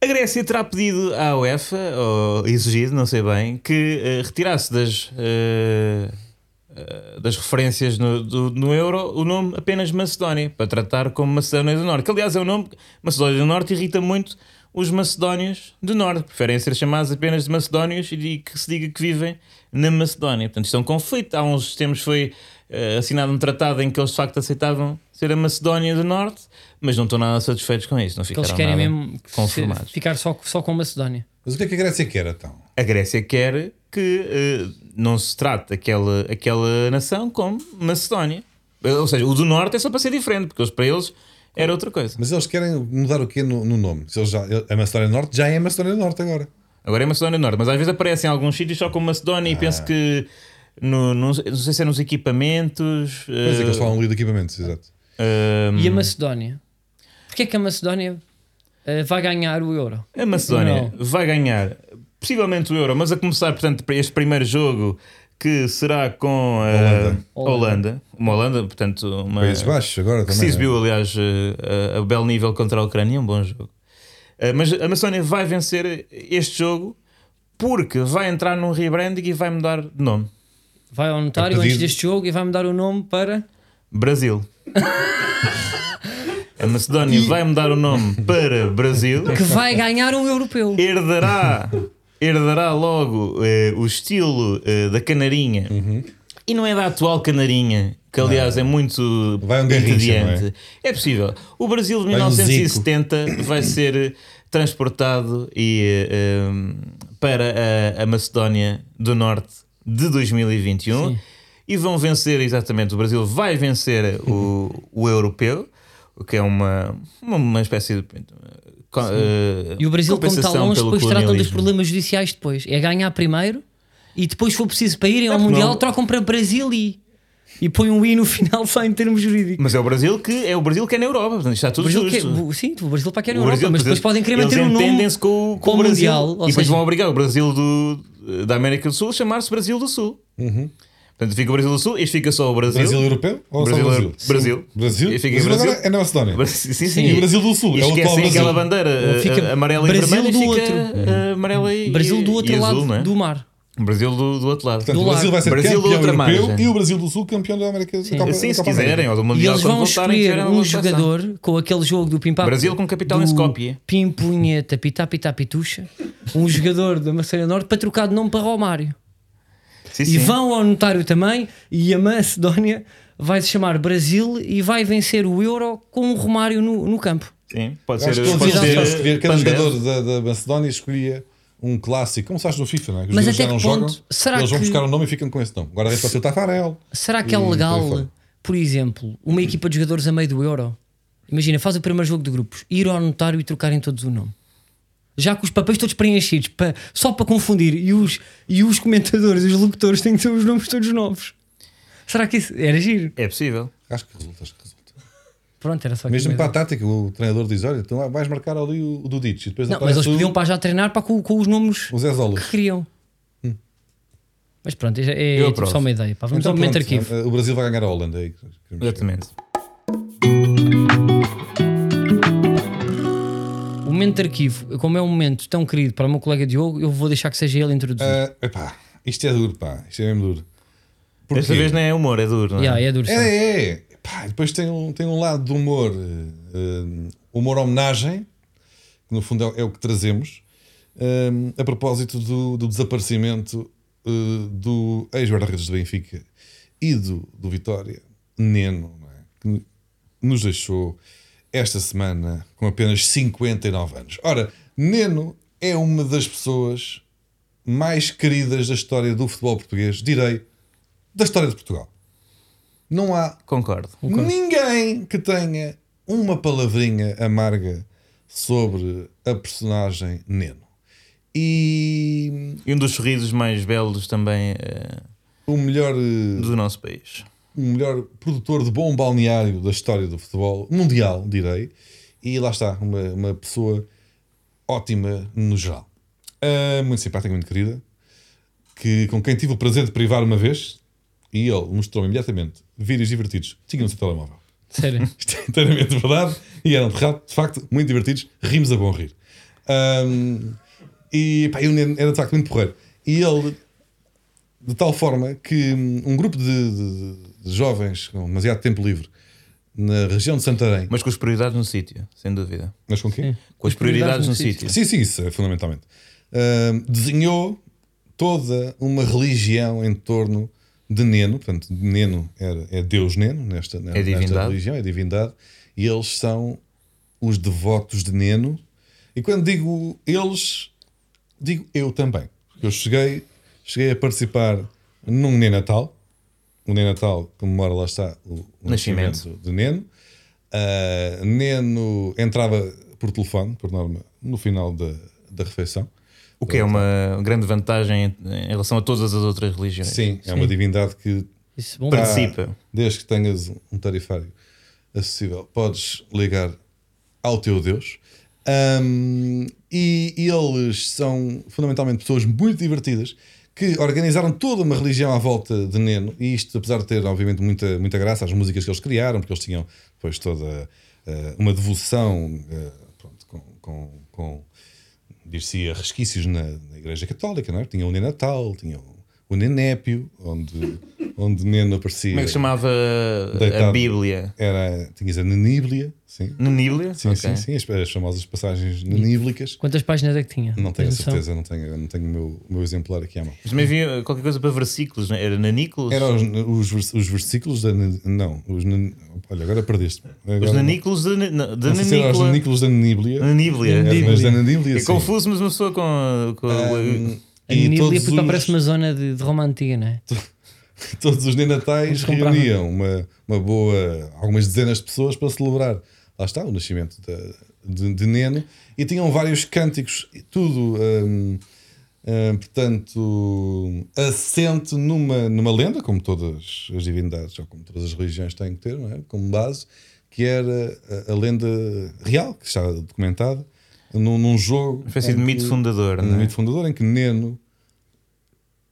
B: A Grécia terá pedido à UEFA, ou exigido, não sei bem, que eh, retirasse das, eh, eh, das referências no, do- no euro o nome apenas Macedónia, para tratar como Macedónia do Norte. Que aliás é o nome, Macedónia do Norte irrita muito os macedónios do Norte, preferem ser chamados apenas de macedónios e de- que se diga que vivem na Macedónia. Portanto, isto é um conflito. Há uns tempos foi eh, assinado um tratado em que eles de facto aceitavam ser a Macedónia do Norte, mas não estão nada satisfeitos com isto. Não
A: que eles
B: ficaram
A: querem
B: nada
A: mesmo que se-
B: conformados.
A: ficar só, só com a Macedónia.
C: Mas o que é que a Grécia quer, então?
B: A Grécia quer que eh, não se trate aquela, aquela nação como Macedónia. Eh, Ou seja, o do Norte é só para ser diferente, porque eles, para eles era outra coisa.
C: Mas eles querem mudar o quê no, no nome? Se eles já, a Macedónia do Norte já é a Macedónia do Norte agora.
B: Agora é Macedónia do Norte, mas às vezes aparecem alguns sítios só como Macedónia e
C: Ah.
B: penso que. No, no- não sei se é nos equipamentos.
C: Pois é que
B: eh,
C: eles falam ali de equipamentos, exato.
B: eh,
A: E a Macedónia? Porquê é que a Macedónia eh, vai ganhar o Euro?
B: A Macedónia vai ganhar possivelmente o Euro, mas a começar, portanto, para este primeiro jogo que será com a Holanda.
A: Holanda.
B: Uma Holanda, portanto, uma.
C: Países Baixos agora
B: Que
C: também.
B: se exibiu,
C: não é?
B: aliás, eh, a, a belo nível contra a Ucrânia, um bom jogo. Eh, Mas a Macedónia vai vencer este jogo porque vai entrar num rebranding e vai mudar de nome.
A: Vai ao
C: A
A: notário
C: pedido-
A: antes deste jogo e vai mudar o nome para.
B: Brasil. A Macedónia vai mudar o nome para Brasil.
A: que vai ganhar um europeu.
B: herdará, herdará
C: Uhum.
B: logo eh, o estilo eh, da canarinha. E não é da atual canarinha que aliás é muito
C: Vai um Garrincha,
B: entediante.
C: não é?
B: É possível. O Brasil de
C: Vai um Zico.
B: 1970 vai ser eh, transportado e, eh, um, para a, a Macedónia do Norte de 2021 e vão vencer exatamente. O Brasil vai vencer o, o europeu, o que é uma, uma, uma espécie de. co- eh,
A: E o Brasil, como está
B: compensação
A: longe,
B: pelo
A: depois tratam dos
B: colonialismo.
A: problemas judiciais depois. É ganhar primeiro e depois, se for preciso para irem ao
B: É porque
A: Mundial,
B: não-
A: trocam para Brasil e, e põem um I no final só em termos jurídicos.
B: Mas é o Brasil que é o Brasil que é na Europa, portanto, está
A: O
B: tudo
A: Brasil
B: justo.
A: quer, o- sim, o Brasil para quer a
B: O
A: Europa,
B: Brasil,
A: mas depois
B: portanto,
A: podem querer
B: eles
A: manter um nome.
B: entendem-se com,
A: para
B: com
A: o
B: o Brasil
A: Mundial, ou
B: e depois
A: seja-
B: vão obrigar o Brasil do, da América do Sul a chamar-se Brasil do Sul. Portanto, fica o Brasil do Sul, este fica só o Brasil.
C: Uhum. é? Brasil europeu? Ou
B: Brasil, é
C: só
B: Brasil.
C: Brasil? Brasil?
B: E fica
C: Brasil
B: Brasil.
C: agora é na Macedónia.
B: Bra- Sim, sim.
A: Sim, e o
C: Brasil do Sul,
B: E
C: é o atual
B: esquecem
C: Brasil.
B: aquela bandeira
A: Fica
B: eh, amarela
A: Brasil
B: e vermelha
A: do
B: e fica
A: outro.
B: eh, amarela e
A: Brasil do outro
B: e
A: lado
B: azul, não é?
A: do mar.
B: Brasil do, do outro lado.
C: Portanto,
A: Do
C: o Brasil
A: lado.
C: vai ser
B: Brasil
C: campeão
B: outra
C: europeu
B: margem.
C: e o Brasil do Sul campeão da América do Sul.
B: Assim, se quiserem, ou do
A: E
B: Mundial,
A: eles
B: quando
A: vão
B: voltarem,
A: escolher
B: tiveram
A: um
B: uma votação.
A: jogador com aquele jogo do Pimpá.
B: Brasil com capital em Skopje.
A: Pimpunheta, pitá, pitá, pitucha. Um jogador da Macedónia Norte para trocar de nome para Romário.
B: Sim,
A: E
B: sim.
A: vão ao notário também. E a Macedónia vai se chamar Brasil e vai vencer o Euro com o Romário no, no campo.
B: Sim, pode
C: Acho
B: ser.
C: que
B: Pode
C: todos
A: convidados
B: ser
A: para
C: eles escolher, cada
B: Pandé.
C: jogador da, da Macedónia escolhia um clássico, como sabes no FIFA, não é? Que os
A: Mas
C: jogadores
A: até
C: já não
A: que ponto?
C: jogam,
A: Será
C: eles vão
A: que-
C: buscar um nome e ficam com esse nome. Agora resta o Tafarel.
A: Será que é
C: E Hum, por aí
A: legal,
C: fora. Hum.
A: por exemplo, uma equipa de jogadores a meio do Euro? Imagina, faz o primeiro jogo de grupos, ir ao notário e trocarem todos o nome. Já com os papéis todos preenchidos, pa- só para confundir, e os, e os comentadores, os locutores têm que ter os nomes todos novos. Será que isso era giro?
B: É possível.
C: Acho que resulta, acho que resulta.
A: Pronto, era só aqui
C: Mesmo
A: mesmo.
C: para a tática, o treinador diz: olha, então vais marcar ali o, o do Ditch. E depois
A: Não, mas eles
C: aparece o-
A: podiam para já treinar para com, com os nomes
C: o Zé Zola.
A: que queriam. Mas pronto, é, é,
B: Eu
A: tipo
B: aprovo.
A: só uma ideia. Pá. Vamos
C: Hum. Então,
A: ao momento
C: pronto,
A: arquivo.
C: O Brasil vai ganhar a Holanda. é isso que queremos ver.
B: Exatamente.
A: O momento de arquivo, como é um momento tão querido para o meu colega Diogo, eu vou deixar que seja ele a introduzir.
C: Ah, epá, isto é duro, pá. Isto é mesmo duro. Porquê?
B: Desta vez não é humor, é duro. Não é?
A: Yeah, é duro. sim.
C: É, é. Pá, depois tem um, tem um lado de humor, eh, eh, humor homenagem, que no fundo é, o- é o que trazemos, eh, a propósito do, do desaparecimento eh, do ex-guarda-redes do Benfica e do, do Vitória, Neno, não é? que no- nos deixou esta semana com apenas 59 anos. Ora, Neno é uma das pessoas mais queridas da história do futebol português, direi, da história de Portugal. Não há
B: Concordo.
C: ninguém que tenha uma palavrinha amarga sobre a personagem Neno. E
B: E um dos sorrisos mais belos também eh,
C: o melhor, eh,
B: do nosso país.
C: o melhor produtor de bom balneário da história do futebol mundial, direi. E lá está, uma, uma pessoa ótima no geral. Ah, muito simpática, muito querida. Que, com quem tive o prazer de privar uma vez. E ele mostrou imediatamente vídeos divertidos. Tinha no seu telemóvel.
A: Sério.
C: Isto é inteiramente verdade. E eram, de rato, de facto, muito divertidos. Rimos a bom rir. Ahm, e pá, eu nem- era, de facto, muito porreiro. E ele, de tal forma que hum, um grupo de, de- de jovens com demasiado tempo livre na região de Santarém.
B: Mas com as prioridades no sítio, sem dúvida.
C: Mas com quem?
B: Com as prioridades no sítio.
C: Sim, sim, isso é fundamentalmente. Ahm, desenhou toda uma religião em torno de Neno, portanto, Neno era- é Deus Neno nesta, nesta
B: divindade.
C: religião, é divindade, e eles são os devotos de Neno. E quando digo eles, digo eu também. Eu cheguei, cheguei a participar num Nenatal, um Nenatal que comemora lá está o, o
B: Nascimento.
C: de Neno. Ah, Neno entrava por telefone, por norma, no final da, da refeição.
B: O que é uma grande vantagem em- em relação a todas as outras religiões.
C: Sim, Ah, é uma divindade que
A: Isso, bom,
B: Para- Participa.
C: desde que tenhas um tarifário acessível, podes ligar ao teu Deus. Ahm, e, e eles são fundamentalmente pessoas muito divertidas que organizaram toda uma religião à volta de Neno. E isto, apesar de ter, obviamente, muita, muita graça às músicas que eles criaram, porque eles tinham depois toda ah, uma devoção ah, pronto, com- com- com dir-se-ia resquícios na, na Igreja Católica, não é? Tinha o Natal, tinha o o Nenépio, onde, onde Neno aparecia.
B: Como é que se chamava a
C: Deitado.
B: Bíblia?
C: Era, tinhas a Naníblia, sim.
B: Naníblia?
C: Sim,
B: Ok.
C: sim, sim, as, as famosas passagens naníblicas.
A: Quantas páginas é que tinha?
C: Não tenho a
A: Tens noção?
C: certeza, não tenho, não tenho o meu, o meu exemplar aqui à mão.
B: Mas também havia qualquer coisa para versículos, não é? Era nanículos?
C: Era os, os, vers- os versículos da. nan- Não, os. nan- Olha, agora perdeste. Agora,
B: Os nanículos da, na- da
C: Não sei se era os
B: nanícula.
C: nanículos da Naníblia.
B: Naníblia. eh,
C: Era, mas da Naníblia,
B: É
C: sim.
B: confuso, mas uma pessoa com. com
C: Ahm,
A: A Nília
C: todos
A: puta,
C: os-
A: parece uma zona de, de Roma Antiga, não é?
C: todos os nenatais
A: Vamos comprar. é?
C: reuniam uma, uma boa, algumas dezenas de pessoas para celebrar. Lá está, o nascimento da- de, de Neno. E tinham vários cânticos, e tudo, hum, hum, portanto, assente numa, numa lenda, como todas as divindades, ou como todas as religiões têm que ter, não é? como base, que era a, a lenda real, que está documentada, num, num jogo.
B: uma espécie de
C: em
B: mito
C: que-
B: fundador,
A: Uhum.
C: no
B: não é?
C: mito fundador em que Neno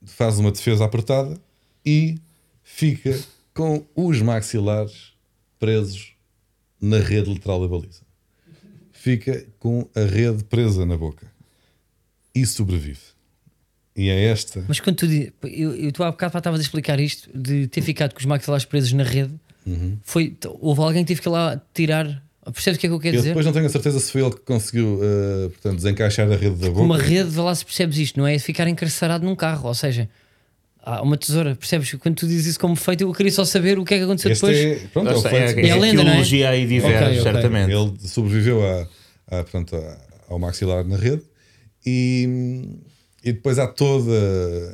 C: faz uma defesa apertada e fica com os maxilares presos na rede lateral da baliza. Fica com a rede presa na boca e sobrevive. E é esta.
A: Mas quando tu di- eu, eu tu há bocado pá, estavas a explicar isto de ter ficado com os maxilares presos na rede,
C: Uhum.
A: foi, t- houve alguém que teve que lá tirar. Percebes o que é que eu quero
C: Eu
A: dizer?
C: depois não tenho a certeza se foi ele que conseguiu eh, portanto, desencaixar a rede da boca.
A: Com uma rede, vê lá se percebes isto, não é? É ficar encarcerado num carro, ou seja, há uma tesoura, percebes? Quando tu dizes isso como feito, eu queria só saber o que é que aconteceu
C: Este
A: depois.
C: é, pronto,
B: Lá
C: é o
B: está, é,
C: feito.
B: é,
A: É a
B: a
A: lenda, não é?
B: teologia aí diverge,
A: Ok, ok.
B: certamente.
C: Ele sobreviveu a, a, portanto, a- ao maxilar na rede e, e depois há toda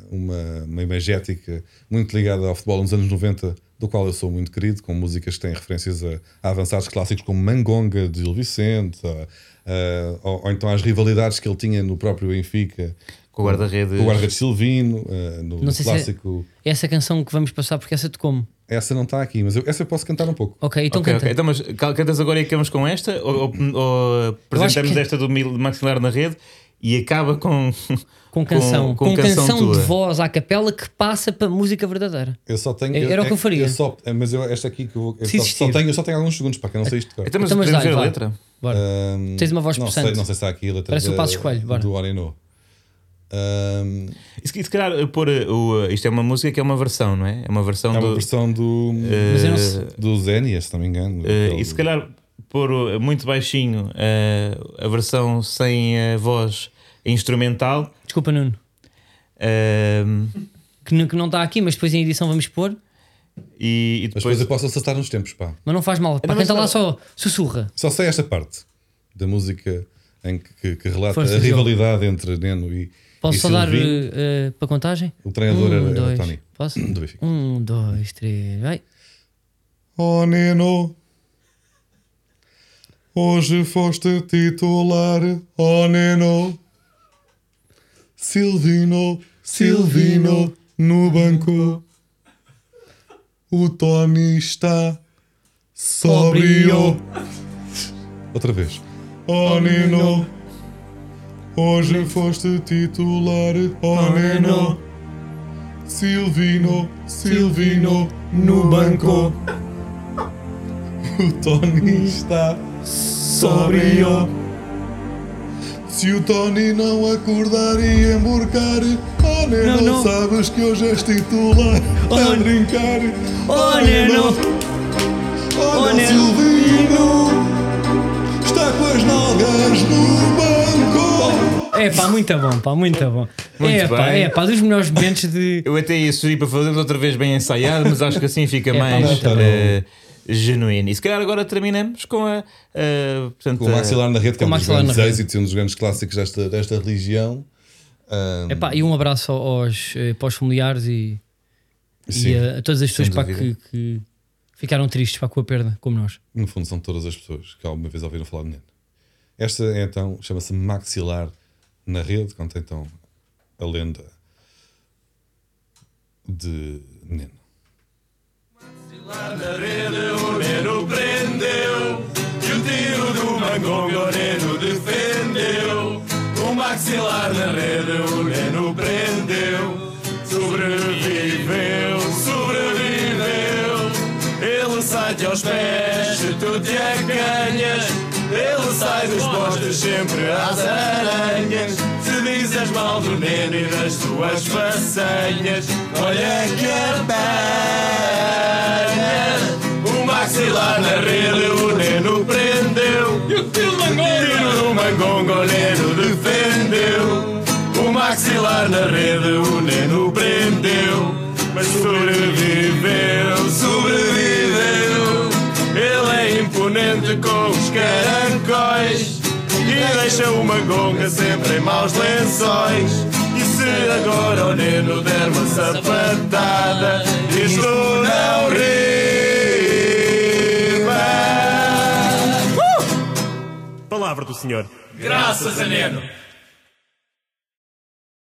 C: uma, uma imagética muito ligada ao futebol nos anos 90, do qual eu sou muito querido, com músicas que têm referências a, a avançados clássicos como Mangonga, de Gil Vicente, a- a- ou, ou então às rivalidades que ele tinha no próprio Benfica,
B: Com o guarda-redes.
C: com o guarda de Silvino, eh, no
A: Não sei se é-
C: clássico...
A: Essa canção que vamos passar, porque essa te como.
C: Essa não está aqui, mas eu- essa eu posso cantar um pouco.
A: Ok, então
B: Ok,
A: canta.
B: ok. Então, mas cal- cantas agora e acabamos com esta? Ou, ou, ou apresentamos
A: que-
B: esta do mil- maxilar na rede e acaba com.
A: Com canção, com,
B: Com,
A: canção,
B: tua.
A: de voz à capela que passa para música verdadeira.
C: Eu só tenho.
A: É, Era o que eu faria.
C: só- é, mas eu, esta aqui que eu vou. Eu
A: Se
C: só, só
A: existir.
C: tenho, eu só tenho alguns segundos para que eu não sei isto. de cor.
B: Então, mas
A: Então, mas
B: podemos
A: dá-lhe,
B: ver a
A: vá.
B: letra?
A: Bora.
C: Ahm,
A: Tens uma voz
C: não sei,
A: possante.
C: não sei se está aqui a letra
A: Parece o
C: da-
A: Passos Coelho, bora.
C: do Arenô. Ahm, é
B: E se, e se calhar eh, pôr eh, o, eh, isto é uma música que é uma versão, não é? É uma versão
C: é uma
B: do.
C: versão do,
A: Mas eu não sei.
C: do Zénias, se não me engano.
B: eh,
C: Aquele-
B: e se calhar pôr o- muito baixinho eh, a versão sem a voz instrumental.
A: Desculpa, Nuno.
B: eh,
A: Que, nu- que não está aqui, mas depois em edição vamos pôr.
B: e, e
C: Mas
B: depois.
C: depois eu posso acertar nos tempos, pá.
A: Mas não faz mal. Pá,
B: mas
A: canta lá
B: não-
A: só, sussurra.
C: Só sei esta parte da música em que, que- que relata
A: Força,
C: a
A: Diogo.
C: rivalidade entre Neno e.
A: Posso
C: e
A: só dar
C: Silvinho.
A: eh, eh, para contagem? Um,
C: O treinador era- era o
A: dois.
C: eh, Tony.
A: Posso?
C: Do Benfica.
A: Um, dois, três, vai.
C: Oh Neno, hoje foste titular. Oh Neno, Silvino, Silvino no banco. O Tony está sóbrio. Outra vez. Oh Neno, hoje foste titular. Oh Neno, Silvino, Silvino no banco. O Tony está sóbrio. Se o Tony não acordar e emborcar, oh Neno,
A: Não, não.
C: sabes que hoje és titular a
A: Oh,
C: brincar.
A: oh, Neno.
C: Olha
A: Oh,
C: o
A: Neno.
C: Silvino, está com as nalgas no banco.
A: É pá, muito bom, pá, muito bom.
B: Muito
A: é pá,
B: bem.
A: é pá, dos melhores momentos de.
B: Eu até ia sugerir para fazermos outra vez bem ensaiado, mas acho que assim fica
A: pá,
B: mais
A: não, tá
C: bom.
B: eh, genuíno. E se calhar agora terminamos com a. eh, portanto,
C: Com o
B: a-
C: maxilar na rede, que é
A: Com
C: um
A: o
C: dos
A: maxilar na
C: grandes
A: rede.
C: êxitos e um dos grandes clássicos desta, desta religião. Ahm,
A: É pá, e um abraço aos, eh, para os familiares e,
C: Sim.
A: e a, a todas as pessoas
B: Sem
A: pá, que,
B: dúvida.
A: que ficaram tristes pá, com a perda, como nós.
C: no fundo, são todas as pessoas que alguma vez ouviram falar de Neno. Esta, é, então, chama-se Maxilar na Rede, contém, então, a lenda de Neno.
D: Lá na rede o Neno prendeu E o tiro do Mangonga o Neno defendeu O maxilar na rede o Neno prendeu Sobreviveu, sobreviveu Ele sai-te aos pés se tu te acanhas Ele sai dos postos sempre às aranhas. Se dizes mal do Neno e das tuas façanhas, olha que apanha. O maxilar na rede, o Neno prendeu. E o tiro do mangongo, o Neno defendeu. O maxilar na rede, o Neno prendeu. Mas sobreviveu, sobreviveu. Ele é imponente com os caracóis E deixa uma gonga sempre em maus lençóis E se agora o Neno der uma sapatada Isto não rima
E: Palavra do senhor.
D: Graças a Neno